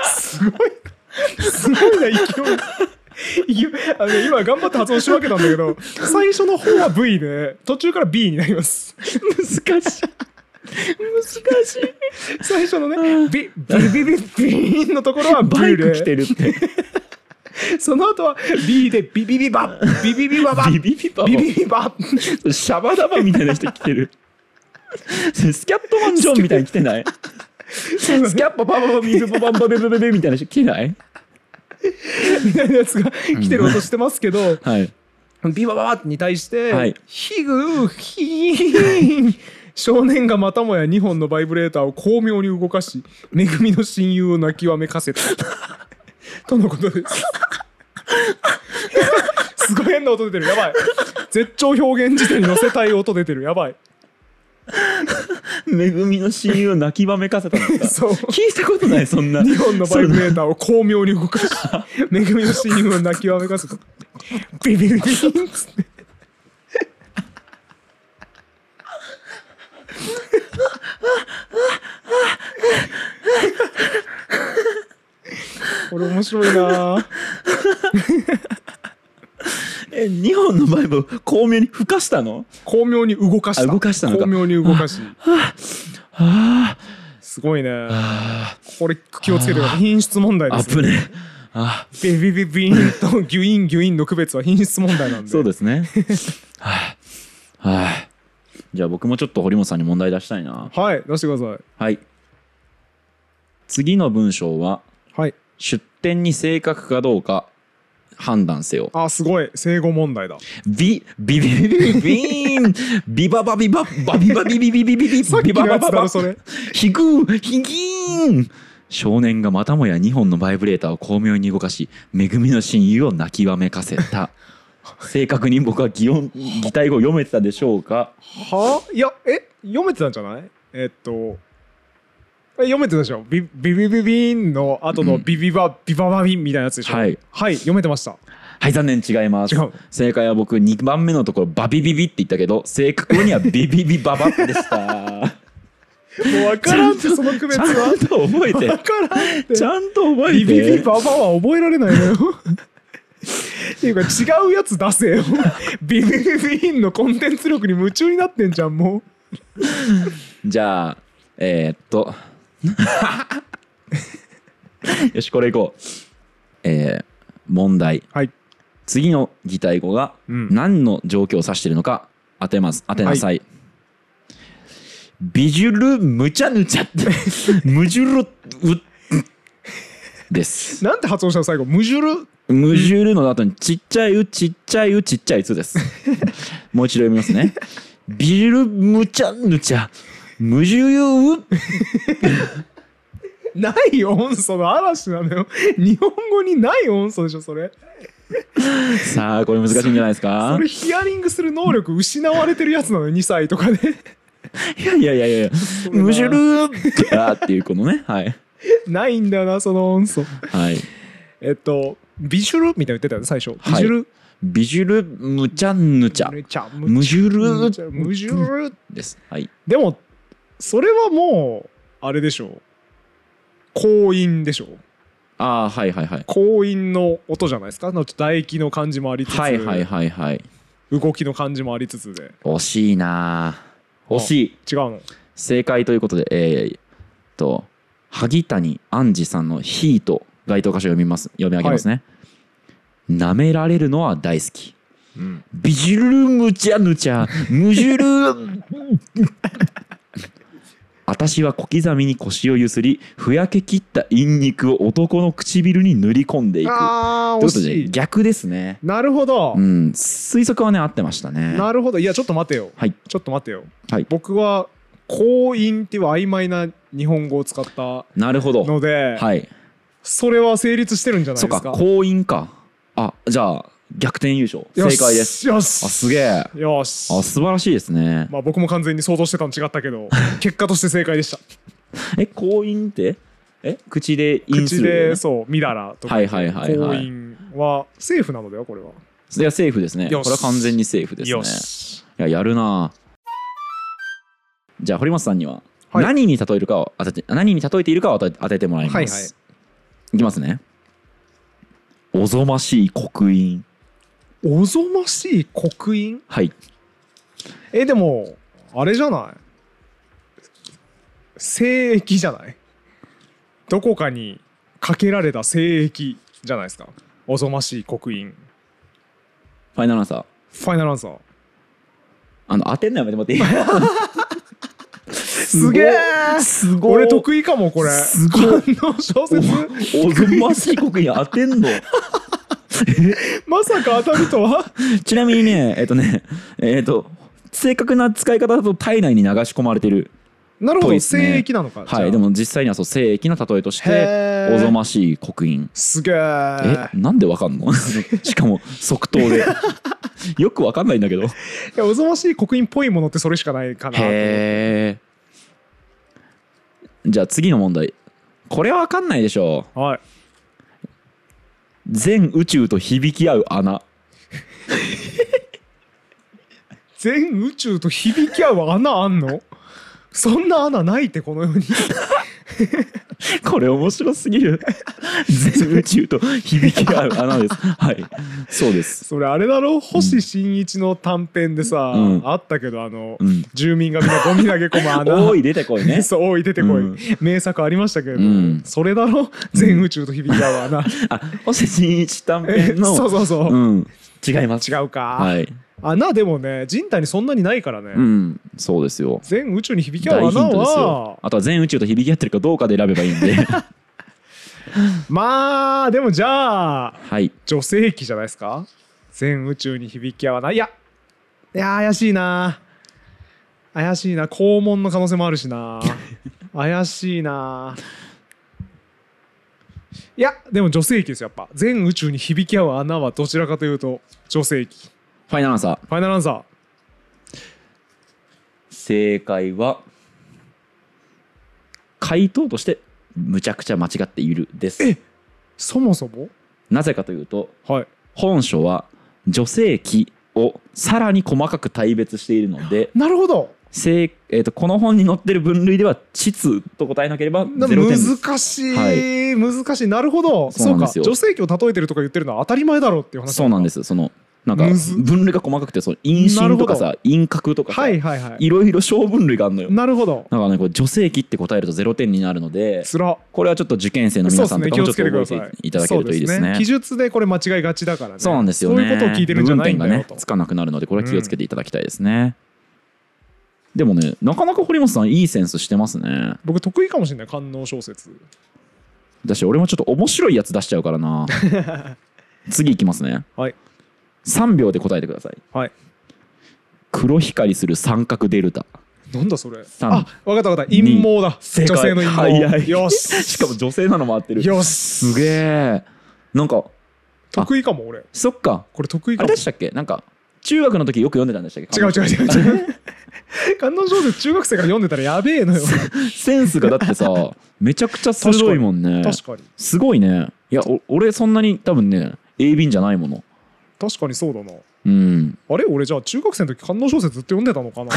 すごいすごいな勢い勢いあのね今頑張って発音してるわけなんだけど最初の方は V で途中から B になります難しい難しい最初のねビビビビビーンのところは V でバイク来てるってその後は B でビビビバッビビビババッビビビババビビビバッシャバダバみたいな人来てるスキャットマンジョンみたいに来てないスキャッパパパパビビババンバベベベベみたいな人来てないみたいなやつが来てる音してますけどはいビバババッに対して、はいヒグーヒーン少年がまたもや2本のバイブレーターを巧妙に動かしめぐみの親友を泣きわめかせたとのことですすごい変な音出てるやばい絶頂表現時点に乗せたい音出てるやばいめぐみの親友を泣きばめかせたのかそう聞いたことないそんな日本のバイブレーターを巧妙に動かしめぐみの親友を泣きわめかすとビビビビンっつってこれ面白いなぁえ日本のバイブを巧妙にふかしたの巧妙に動かしたあ動かしたのか巧妙に動かしあすごいねあこれ気をつけてください品質問題あですぶねえあビビビビーンとギュインギュインの区別は品質問題なんでそうですねはいはいじゃあ僕もちょっと堀本さんに問題出したいなはい出してくださいはい次の文章ははい出典に正確かどうか判断せよあすごい正語問題だビビビビビビビーンビババビババビバビビビビビビさっきビバのバやつバだバろそれひぐーひぎーん少年がまたもや2本のバイブレーターを巧妙に動かしめぐみの親友を泣きわめかせ た正確に僕は擬音擬態語を読めてたでしょうか はいやえ読めてたんじゃないえっとえ読めてたでしょビビビビビーンの後のビビバビババビンみたいなやつでしょはいはい読めてましたはい残念違います違う正解は僕2番目のところバビビビって言ったけど正確にはビビビババでしたもう分からんってその 区別ちゃはんと覚え分てからんってちゃんと覚えビてビビババは覚えられないのよっていうか違うやつ出せよビビビビーンのコンテンツ力に夢中になってんじゃんもうじゃあ、えー、っ と。よし、これいこう。えー問題。はい次の擬態語がうん何の状況を指しているのか当てます。当てなさい。ビジュルムチャヌチャ って、ムジュルウです。なんて発音したの最後ムジュルムジュルの後にちっちゃいうちっちゃいうちっちゃいつ です。もう一度読みますね。ビジュルムチャヌチャ、ムジュユウないよ音素の嵐なのよ日本語にない音素でしょそれさあこれ難しいんじゃないですそかれヒアリングする能力失われてるやつなのよ2歳とかで いやいやいやいやれなむしろあーっていうこのねはいないんだよなその音素はいえっとビジュルみたいな言ってたよね最初ビいジュル、ビジュルムチャンヌチャめちゃむムジむちゃュルむじゅるですはいでもそれはもうあれでしょう行員でしょうああはいはいはい行員の音じゃないですかなんか唾液の感じもありつつ、はいはいはいはい動きの感じもありつつで惜しいなー惜し違いうの正解ということでえー、と萩谷杏二さんの「ヒート」該当箇所読みます読み上げますね、舐められるのは大好きうんビジュルムチャヌチャムジュル 私は小刻みに腰をゆすりふやけ切った陰肉を男の唇に塗り込んでいくあとー惜いうことしでい逆ですねなるほど、うん推測はね合ってましたねなるほどいやちょっと待てよはいちょっと待てよはい僕は行員っていう曖昧な日本語を使ったなるほどので、はいそれは成立してるんじゃないそでっすかか婚姻かあじゃあ逆転優勝よ正し解ですよしあすげえあよし素晴らしいですねまあ僕も完全に想像してたの違った けど結果として正解でしたえ婚姻ってえ口で飲す口るよねでそう「みだら」とかはいはいはい行はい員はセーフなのではこれは、いやセーフですねこれよしは完全にセーフですねよしいややるなじゃあ堀本さんにははい何に例えるかを当てて、何に例えているかを当て当ててもらいます、はいいはいきますねおぞましい刻印おぞましい刻印はいえでもあれじゃない聖域じゃないどこかにかけられた聖域じゃないですかおぞましい刻印ファイナルアンサーファイナルアンサーあの当てんのやめてもらっていい すげえすごい俺得意かもこれすごいの小説おおぞましい刻印当てんの まさか当たるとはちなみにねえっとねえっと正確な使い方だと体内に流し込まれてるなるほぽいど、っすね聖域なのかはいでも実際にはそう精液な例えとしてへーおぞましい刻印すげええなんでわかんの しかも即答で よくわかんないんだけどいやおぞましい刻印っぽいものってそれしかないかなとへえじゃあ次の問題これは分かんないでしょうはい全宇宙と響き合う穴全宇宙と響き合う穴あんのそんな穴ないってこの世にこれ面白すぎる全宇宙と響き合う穴ですはいそうですそれあれだろ星新一の短編でさ、うんあったけどあの、うん住民がみんなゴミ投げ込む穴 おい出てこい ねそうおい出てこい、うん名作ありましたけれど、うんそれだろ全宇宙と響き合う 穴、あ星新一短え編のそうそうそう、うん、違います違うか、はい穴でもね人体にそんなにないからね、うんそうですよ全宇宙に響き合う大ヒ穴ントですよはあとは全宇宙と響き合ってるかどうかで選べばいいん でまあでもじゃあはい女性器じゃないですか全宇宙に響き合わないいやいや怪しいな怪しいな肛門の可能性もあるし な怪しいないやでも女性器ですよやっぱ全宇宙に響き合う穴はどちらかというと女性器ファイナルアンサーファイナルアンサ正解は回答としてむちゃくちゃ間違っているですえーそもそもなぜかというとはい本書は女性器をさらに細かく大別しているのでなるほど正、えー、とこの本に載ってる分類では「膣」と答えなければな0点です難しい、難しいなるほどそうなんですよか女性器を例えてるとか言ってるのは当たり前だろうっていう話そうなんですそのなんかむず分類が細かくてその陰唇とかなさ陰核とかさ、はいいはいはいろいろ小分類があるのよなるほどだからねこれ女性器って答えると0点になるのでつらこれはちょっと受験生のそう皆でさすんとねか気もをちょっつけてとくだ覚さえいていただけるといいですそう記ね。述でこれ間違いがちだからねそうなんですよね。そういうことを聞いてるんじゃないんだ部よ分点とがねつかなくなるのでこれは気をつけていただきたいですね。でもねなかなか堀本さんいいセンスしてますね。僕得意かもしれない官能小説だし俺もちょっと面白いやつ出しちゃうか らな。次いきますね。はい3秒で答えてください。はい黒光りする三角デルタ。なんだそれ三あわかったわかった陰謀だ正女性解の陰謀早いよししかも女性なのも合ってる。よしすげえ。なんか得意かも俺そっかこれ得意あかれもでしたっけなんか中学の時よく読んでたんでしたっけ違う違う違う 違う官能小説中学生から読んでたらやべえのよセンスがだってさ めちゃくちゃ鋭いもんね確かにすごいねいやお俺そんなに多分ね鋭敏じゃないもの確かにそうだなうんあれ俺じゃあ中学生の時官能小説ずっと読んでたのかな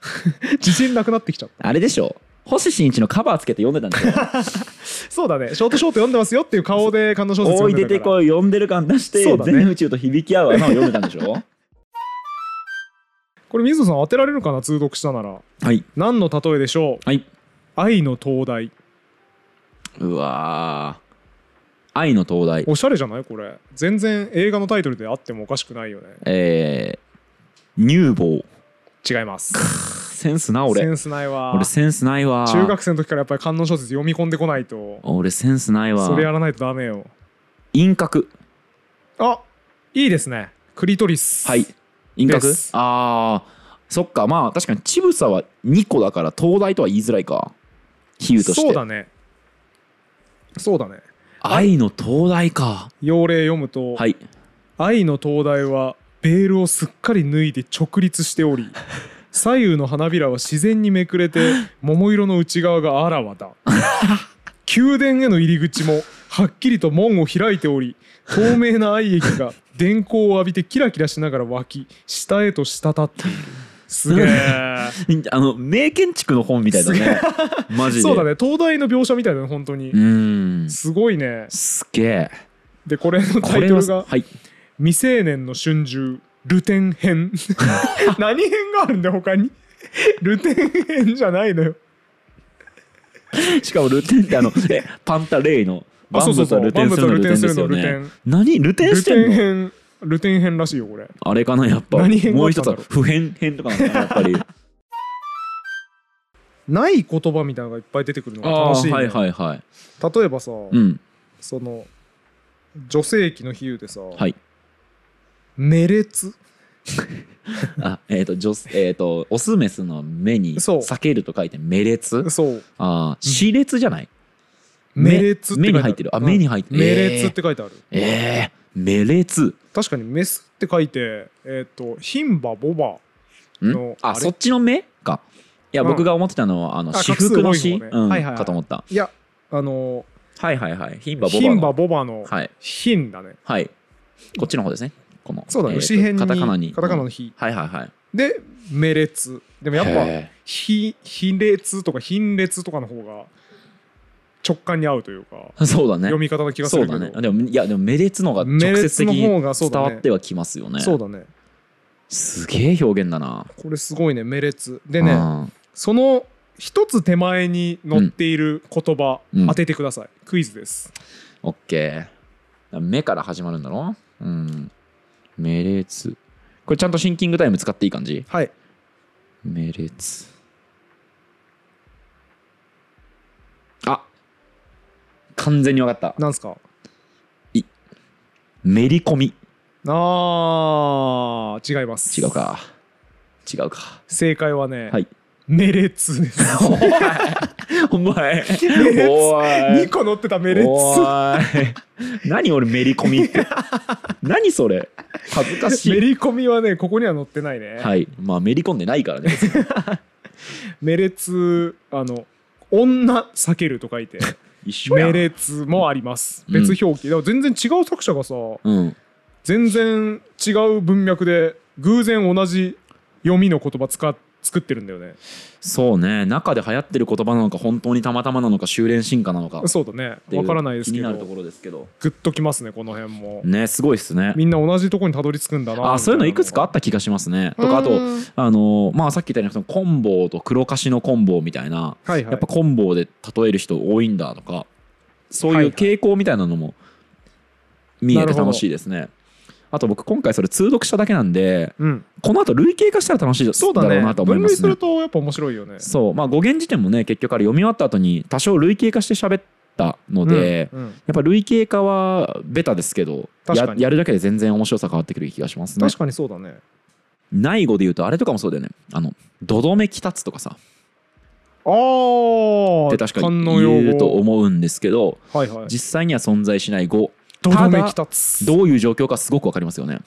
自信なくなってきちゃったあれでしょ星新一のカバーつけて読んで たんだよそうだねショートショート読んでますよっていう顔で官能小説お読いんで出たかてらこい読んでる感出して、そうだね全宇宙と響き合う穴を読んでたんで しょこれ水野さん当てられるかな通読したならはい何の例えでしょうはい愛の灯台うわー愛の灯台おしゃれじゃないこれ全然映画のタイトルであってもおかしくないよねえー、乳房違いますセンスなセ俺ンスないわ俺センスないわ中学生の時からやっぱり観音小説読み込んでこないと俺センスないわそれやらないとダメよ陰核あいいですねクリトリスはい輪郭ですああそっかまあ確かにちぶさは2個だから東大とは言いづらいか比喩としてそうだねそうだね愛の東大か要例読むと、はい愛の灯台はベールをすっかり脱いで直立してお り左右の花びらは自然にめくれて桃色の内側があらわだ宮殿への入り口もはっきりと門を開いており透明な愛液が電光を浴びてキラキラしながら湧き下へと滴っているすげえあの名建築の本みたいだねマジでそうだね灯台の描写みたいだね本当にうーんすごいねすげえでこれのタこイれトはルがはい未成年の春秋ルテン 編何編があるんだよ他にルテン編じゃないのよしかもルテ ンってあのえパンタレイのあバンブとルテンするのルテンですよバンブとルテンするのねルテ何ルテンルしてテンんの編ルテン編らしいよこれあれかなやっぱ何編がもあうった一んつだはろう普遍編とかなのかなやっぱ りない言葉みたいなのがいっぱい出てくるのがああ楽しいーね、はいはいはい例えばさ、うんその女性器の比喩でさはい「メレツあえっ、と女性えっ、とオスメスの目にそう避けると書いてメレツ」そうあー歯列じゃない「メレツ」って書い目てあにる入ってるあうん目に入ってるメレツ」って書いてあるえーえーメレツ確かに「メス」って書いてえっ、と「牝馬ボバ」んのああれそっちの目かいや、うん僕が思ってたのはあのあ私服の画数多詩、い方ねうんはいはいはいかと思ったいやあのはいはいはい牝馬ボ牝バ馬のボバのはい牝だねはいこっちの方ですねこのそうだねえーと牛編にカタカナにカタカナうのん火はいはいはいでメレツでもやっぱへひ卑劣とか貧劣とかの方が直感に合うというか、ーそうだね読み方な気がすそるうけどだねでもいやでもメレツのが直接的にメレツの伝方がそうだねわってはきますよねそうだねすげえ表現だなこれすごいねメレツででねその一つ手前に載っている言葉、うん当ててくださいクイズですオッケー目から始まるんだろうんメレツこれちゃんとシンキングタイム使っていい感じはいメレツあ完全に分かったなんすかめり込みあー違います違うか違うか正解はね、はいメレツ ですお前レツおい 2個載ってたメレツおい何俺めり込みって何それ恥ずかしめいり込みはねここには載ってないね、はいまあめり込んでないからねメレツあの女避けると書い て一緒やメんレツもありますうん別表記、でも全然違う作者がさうん全然違う文脈で偶然同じ読みの言葉使っ作ってるんだよねそうね中で流行ってる言葉なのか本当にたまたまなのか修練進化なのかそうだねってうわからないですけ気にどなるところですけどグッときますねこの辺もねすごいっすねみんな同じとこにたどり着くんだなあそういうのいくつかあった気がしますねとかあとうんあのまあさっき言ったようにそのコンボと黒カシのコンボみたいはないはいやっぱコンボで例える人多いんだとかそうはいはいうい傾向みたいなのも見えなてるほど楽しいですねあと僕今回それ通読しただけなんでうんこの後類型化したら楽しいだそうだろうねなと思い分ま類すすねるとやっぱ面白いよねそうまあ語源辞典もね結局あれ読み終わった後に多少類型化して喋ったので、うんうんやっぱ類型化はベタですけど確かやにやるだけで全然面白さ変わってくる気がしますね確かにそうだね内語で言うとあれとかもそうだよねあの「どどめきたつ」とかさあーって確か観に音用語言うと思うんですけどはいはい実際には存在しない語どどめきたただつどういう状況かすごく分かりますよね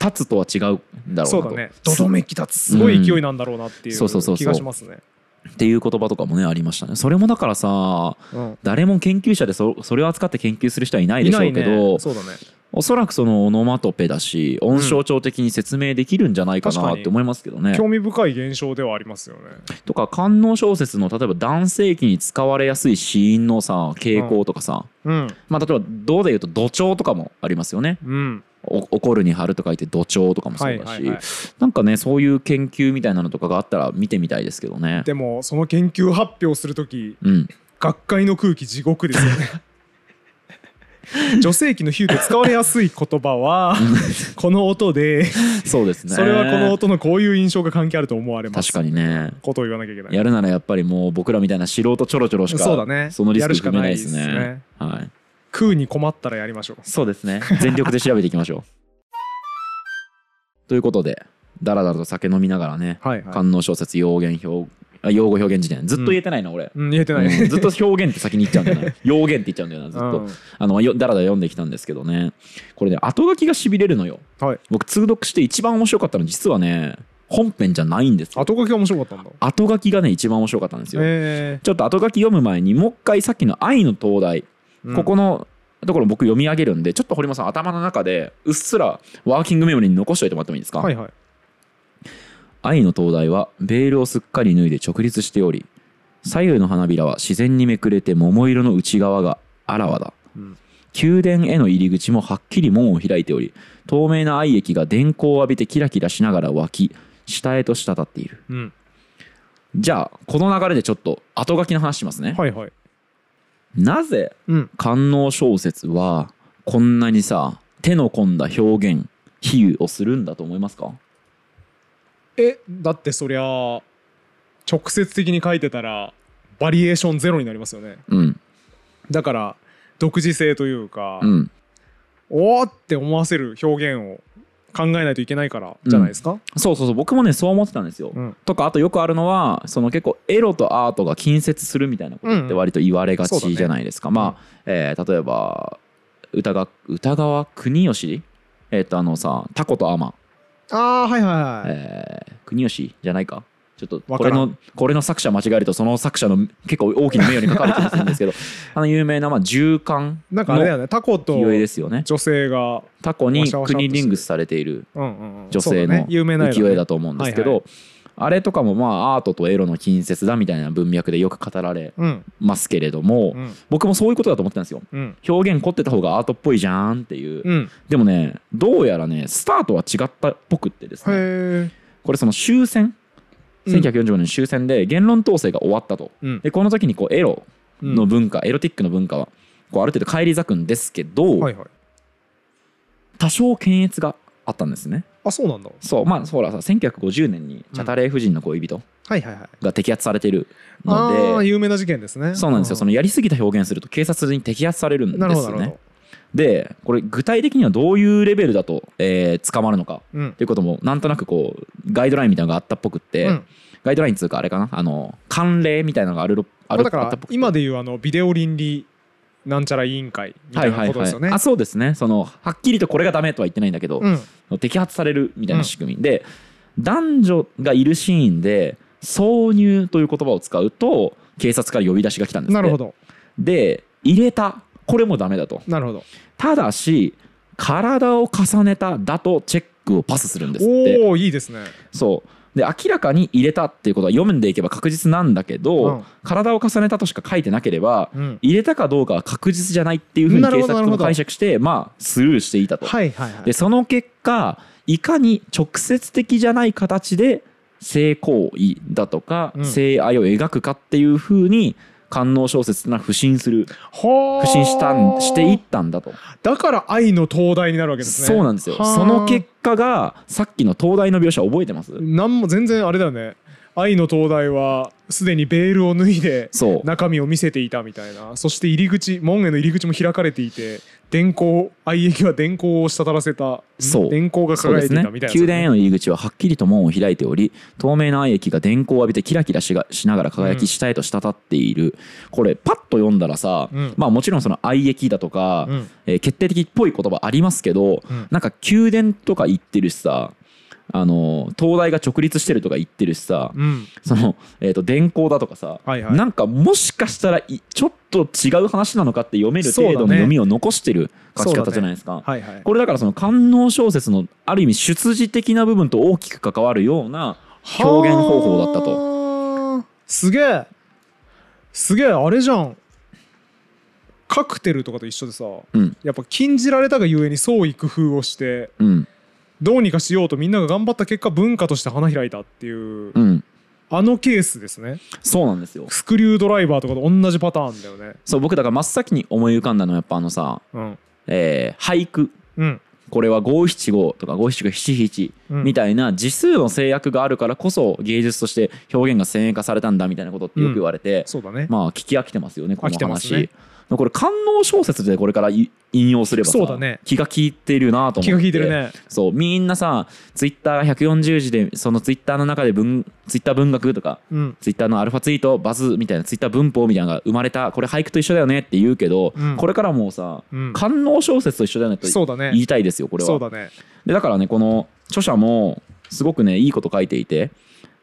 立つとは違うんだろうなとそうだねどどめきたつすごい勢いなんだろうなっていそうそうそうそう気うがしますねっていう言葉とかもねありましたねそれもだからさうん誰も研究者でそそれを扱って研究する人はいないでしょうけどねそうだねおそらくそのオノマトペだし音象徴的に説明できるんじゃないか確なかっにて思いますけどね。興味深い現象ではありますよねとか官能小説の例えば男性器に使われやすい死因のさ傾向とかさ、うんまあ、例えば「ど」で言うと「土調」とかもありますよね。うんお怒るに春と書いて「土調」とかもそはういだし、はいはいなんかねそういう研究みたいなのとかがあったら見てみたいですけどね。でもその研究発表するときうん、学会の空気地獄です よね女性器の比喩で使われやすい言葉 はこの音でそうですねそれはこの音のこういう印象が関係あると思われます確かにねことを言わなきゃいけないやるならやっぱりもう僕らみたいな素人ちょろちょろしかそうだねそのリスク踏めないですやるしかないですねね。はい、食うに困ったらやりましょうそうですね全力で調べていきま しょう。ということでだらだらと酒飲みながらねはいはい官能小説用言表あ用語表現辞典ずっと言えてないな、俺、うん言えてないうんずっと表現って先に言っちゃうんだよ な用言って言っちゃうんだよなずっと、うんあのよだらだら読んできたんですけどねこれね後書きがしびれるのよはい僕通読して一番面白かったの実はね本編じゃないんですよ後書きが面白かったんだ後書きがね一番面白かったんですよ、えちょっと後書き読む前にもう一回さっきの「愛の灯台」えうんここのところ僕読み上げるんでちょっと堀本さん頭の中でうっすらワーキングメモリーに残しておいてもらってもいいですか、はいはい愛の灯台はベールをすっかり脱いで直立しており左右の花びらは自然にめくれて桃色の内側があらわだ、うん宮殿への入り口もはっきり門を開いており透明な愛液が電光を浴びてキラキラしながら湧き下へと滴っているうんじゃあこの流れでちょっと後書きの話しますね、はいはいなぜうん官能小説はこんなにさ手の込んだ表現比喩をするんだと思いますかえだってそりゃ直接的に書いてたらバリエーションゼロになりますよねうんだから独自性というか、うんおおって思わせる表現を考えないといけないからじゃないですか、そうそうそう僕もねそう思ってたんですよ、うんとかあとよくあるのはその結構エロとアートが近接するみたいなことうっんてうん割と言われがそうだちねじゃないですか、まあ、えー例えば歌が歌川国吉えっ、とあのさタコとアマ、ああはいはいはい、えー国吉じゃないかちちょっとわこかられんのこれの作者間違えるとその作者の結構大きな名誉に関わる気がするんです けどあの有名なまあ銃艦なんかあれだのよねタコと浮世絵ですよね女性が、タコにワシャワシャっとして国リングスされているうんうんうん、女性そうだのね有名な絵だね浮世絵だと思うんですけはいどあれとかもまあアートとエロの近接だみたいな文脈でよく語られうんますけれどもうん僕もそういうことだと思ってたんですようん表現凝ってた方がアートっぽいじゃんっていううんでもねどうやらねスタートは違ったっぽくってですねへえこれその終戦うん1945年終戦で言論統制が終わったとうんでこの時にこうエロの文化エロティックの文化はこうある程度返り咲くんですけどはいはい多少検閲があったんですねあそうなんだそうまあほらさ1950年にチャタレー夫人の恋人はいはいはいが摘発されてるあのあで有名な事件ですねそうなんですよそのやりすぎた表現すると警察に摘発されるんなるでほどすなるほねどでこれ具体的にはどういうレベルだとえー捕まるのかうんということもなんとなくこうガイドラインみたいなのがあったっぽくって、うんガイドラインっつうかあれかなあの慣例みたいなのがあるろあまるあだかあったらっぽくて今でいうあのビデオ倫理なんちゃら委員会みたはいいはないことはでいすよねあそうですねそのはっきりとこれがダメとは言ってないんだけど、うん摘発されるみたいな仕組み、で男女がいるシーンで挿入という言葉を使うと警察から呼び出しが来たんですってなるほどで入れたこれもダメだとなるほどただし体を重ねただとチェックをパスするんですっておおーいいですねそうで明らかに入れたっていうことは読んでいけば確実なんだけど、うん体を重ねたとしか書いてなければうん入れたかどうかは確実じゃないっていうふうになる警ほど察なるもほど解釈してまあスルーしていたと、はいはいはいでその結果いかに直接的じゃない形で性行為だとか、うん性愛を描くかっていうふうに官能小説ってのは不信するほー不信したんしていったんだと、だから愛の灯台になるわけですねそうなんですよはーその結果がさっきの東大の描写覚えてますなんも全然あれだよね愛の灯台はすでにベールを脱いでそう中身を見せていたみたいなそして入り口門への入り口も開かれていて電光愛液は電光を滴らせたんそう電光がそう輝でいすていねたみたいな宮殿への入り口ははっきりと門を開いており透明な愛液が電光を浴びてキラキラしがしながら輝うんき下へと滴っている、これパッと読んだらさ、うんまあもちろんその愛液だとか、うんえー決定的っぽい言葉ありますけど、うんなんか宮殿とか言ってるしさあの東大が直立してるとか言ってるしさ、うんその、えー、と電光だとかさ、はいはいなんかもしかしたらいちょっと違う話なのかって読めるそうだね程度の読みを残してる書きそうだ方ねじゃないですか。はいはいこれだからその官能小説のある意味出自的な部分と大きく関わるような表現方法だったととすげえすげえあれじゃんカクテルとかと一緒でさうんやっぱ禁じられたがゆえに創意工夫をしてうんどうにかしようとみんなが頑張った結果文化として花開いたっていううんあのケースですねそうなんですよスクリュードライバーとかと同じパターンだよねそう僕だから真っ先に思い浮かんだのはやっぱあのさ、うんえー俳句うんこれは五七五とか五七五七七うんみたいな字数の制約があるからこそ芸術として表現が先鋭化されたんだみたいなことってよく言われて、そうだねまあ聞き飽きてますよねこ飽のきてます話、ねこれ官能小説でこれからい引用すればさそうだね気が利いてるなと思って気が利いてるねそうみんなさツイッターが140字でそのツイッターの中で文ツイッター文学とかうんツイッターのアルファツイートバズみたいなツイッター文法みたいなのが生まれたこれ俳句と一緒だよねって言うけど、うんこれからもうさ、うん官能小説と一緒だよねとそうだね言いたいですよこれはそうだねでだからねこの著者もすごくねいいこと書いていて、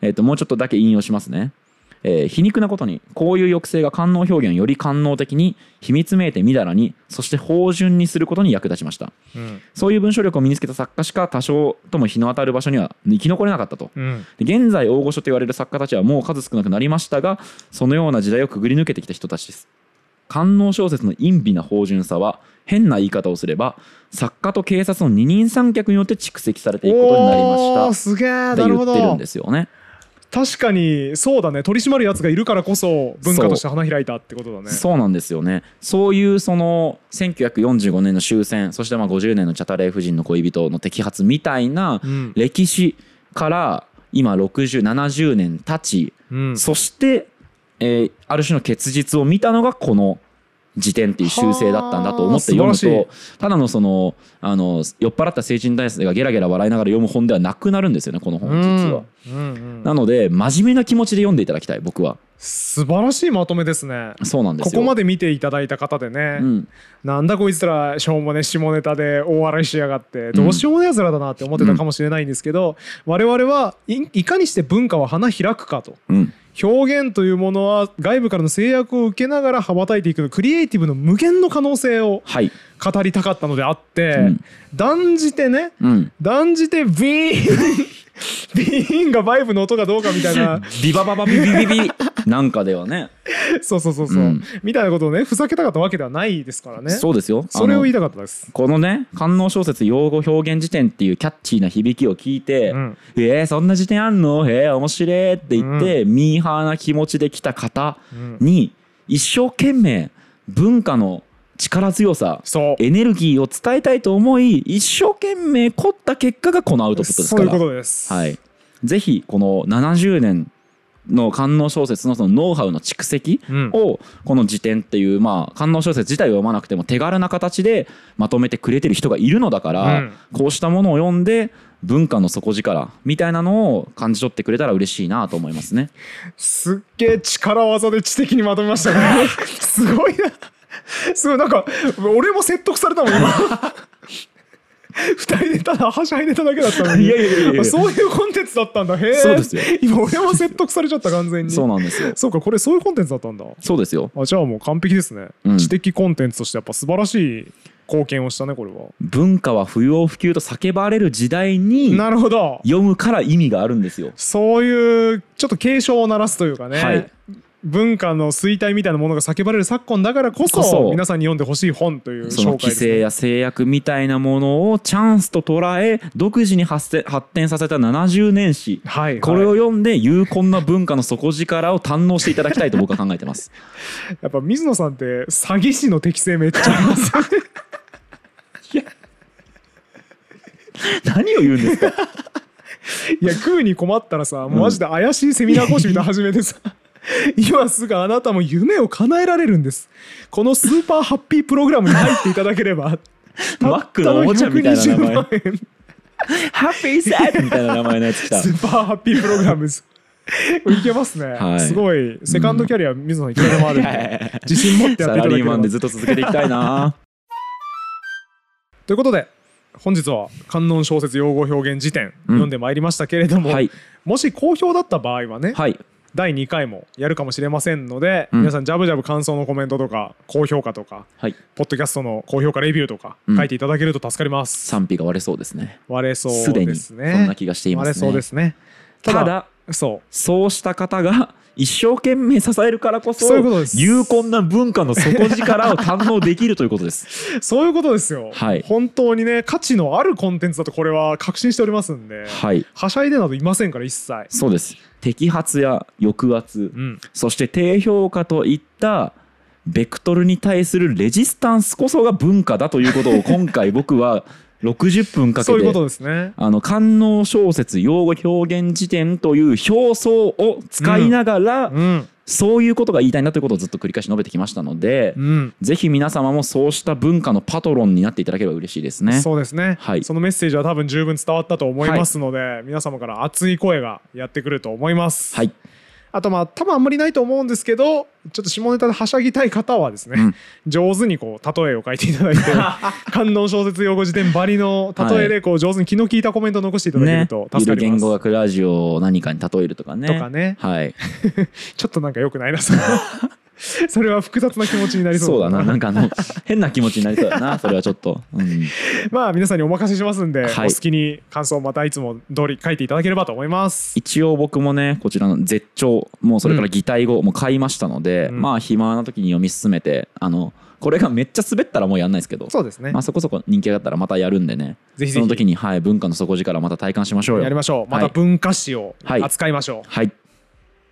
えっともうちょっとだけ引用しますね、えー皮肉なことにこういう抑制が官能表現をより官能的に秘密めいてみだらにそして芳醇にすることに役立ちましたうんそういう文章力を身につけた作家しか多少とも日の当たる場所には生き残れなかったと。うんで現在大御所と言われる作家たちはもう数少なくなりましたがそのような時代をくぐり抜けてきた人たちです。官能小説の陰微な芳醇さは変な言い方をすれば作家と警察の二人三脚によって蓄積されていくことになりまおーしすげえたってなる言ほってるんどですよね。確かにそうだね取り締まるやつがいるからこそ文化として花開いたってことだねそうなんですよねそういうその1945年の終戦そしてまあ50年のチャタレー夫人の恋人の摘発みたいなうん歴史から今6070年経ち、うんそして、えーある種の結実を見たのがこの辞典っていう習性だったんだと思って読むはあ素晴らとただのそのあの酔っ払った成人男性がゲラゲラ笑いながら読む本ではなくなるんですよねこの本実は。うんうんう、なんので真面目な気持ちで読んでいただきたい僕は素晴らしいまとめですねそうなんでこすよ。こまで見ていただいた方でね、うん、なんだこいつらしょうもね下ネタで大笑いしやがってどうしようもねえやつらだなって思ってたかもしれないんですけど、我々はいいかにして文化は花開くかとうん表現というものは外部からの制約を受けながら羽ばたいていくのクリエイティブの無限の可能性をはい、語りたかったのであって、うん断じてねうん、断じて ビーンビーンがバイブの音がどうかみたいな ビバババビビビビなんかではねそうそうそうそう、うんみたいなことをねふざけたかったわけではないですからねそうですよそれをあの言いたかったです。このね官能小説用語表現辞典っていうキャッチーな響きを聞いて「うんえー、そんな辞典あんのへえ面白え」って言って、ミーハーな気持ちで来た方うんに一生懸命文化の力強さそうエネルギーを伝えたいと思い一生懸命凝った結果がこのアウトプットですそかういらうことです。はい、ぜひこの70年の官能小説のそのノウハウの蓄積うんをこの辞典っていうまあ官能小説自体を読まなくても手軽な形でまとめてくれてる人がいるのだから、うんこうしたものを読んで文化の底力みたいなのを感じ取ってくれたら嬉しいなと思いますね。すっげえ力技で知的にまとめました ね。すごいな。すごいなんか俺も説得されたもん今。二人でただはしゃいでただけだったのにいやいやいやいやあそういうコンテンツだったんだへえそうですよ今俺も説得されちゃった完全にそうなんですよ。そうかこれそういうコンテンツだったんだそうですよ。あじゃあもう完璧ですね、うん知的コンテンツとしてやっぱ素晴らしい貢献をしたねこれは、文化は不要不急と叫ばれる時代になるほど読むから意味があるんですよ。そういうちょっと警鐘を鳴らすというかね、はい文化の衰退みたいなものが叫ばれる昨今だからこそこそ皆さんに読んでほしい本というそ紹の介規です制ね。や制約みたいなものをチャンスと捉え独自に発展発展させた70年史はい、はい、これを読んで有効な文化の底力を堪能していただきたいと僕は考えてます やっぱ水野さんって詐欺師の適性めっちゃあります よね何を言うんです かいや食うに困ったらさもうマジで怪しいセミナー講師みたいなの始め てさ今すぐあなたも夢を叶えられるんですこのスーパーハッピープログラムに入っていただければ マックのおもちゃみたいな名前たったの120万円ハッピーサイドみたいな名前のやつ来たスーパーハッピープログラムズ。これいけますね、はいすごいセカンドキャリア水野さんいくらでもあるんで自信持ってやっサていラただけリーれマばンでずっと続けていきたいなということで本日は観音小説用語表現辞典、読んでまいりましたけれど も、はいもし好評だった場合はね、はい第2回もやるかもしれませんので、うん皆さんジャブジャブ感想のコメントとか高評価とかはいポッドキャストの高評価レビューとかうん書いていただけると助かります、賛否が割れそうですね割れそうすでにですそねんな気がしていま割れすそうねですねただそうそうした方が一生懸命支えるからこそそういうことです有効な文化の底力を堪能できるということです。 そういうことですよ、はい本当にね価値のあるコンテンツだとこれは確信しておりますんで、はいはしゃいでなどいませんから一切、そうです摘発や抑圧うん、そして低評価といったベクトルに対するレジスタンスこそが文化だということを今回僕は60分かけそういうこてとですねあの官能小説用語表現辞典という表層を使いながら、うんそういうことが言いたいなということをずっと繰り返し述べてきましたので、うんぜひ皆様もそうした文化のパトロンになっていただければ嬉しいですね。そうですね、はいそのメッセージは多分十分伝わったと思いますので、皆様から熱い声がやってくると思います、はい、あとまあ多分あんまりないと思うんですけどちょっと下ネタではしゃぎたい方はですね、うん上手にこう例えを書いていた だいて観音小説用語辞典ばりの例えでこう上手に気の利いたコメントを残していただけるねと、ゆ助かるり言ます、語学ラジオを何かに例えるとかね。とかねはい、ちょっとなんか良く ないなそれはそれは複雑な気持ちになりそそううだな、なんか あの変な気持ちになりそうだな、それはちょっと。うんまあ皆さんにお任せしますんで、はいお好きに感想をまたいつも通り書いていただければと思います一応僕もね、こちらの絶頂、もうそれから擬態語も買いましたので、うんまあ暇な時に読み進めて、あのこれがめっちゃ滑ったらもうやんないですけど、そうですね、まあそこそこ人気があったらまたやるんでね、ぜひぜひその時にはい文化の底力また体感しましょうよ。やりましょうまたはい文化史をはい扱いましょう、はい、あり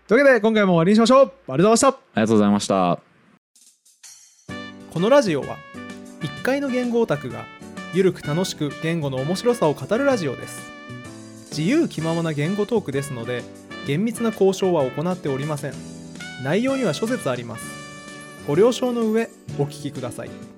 というわけで今回も終わりにしましょうありがとうございましがとうございました。たこのラジオは1階の言語オタクがゆるく楽しく言語の面白さを語るラジオです自由気ままな言語トークですので厳密な交渉は行っておりません内容には諸説ありますご了承の上お聴きください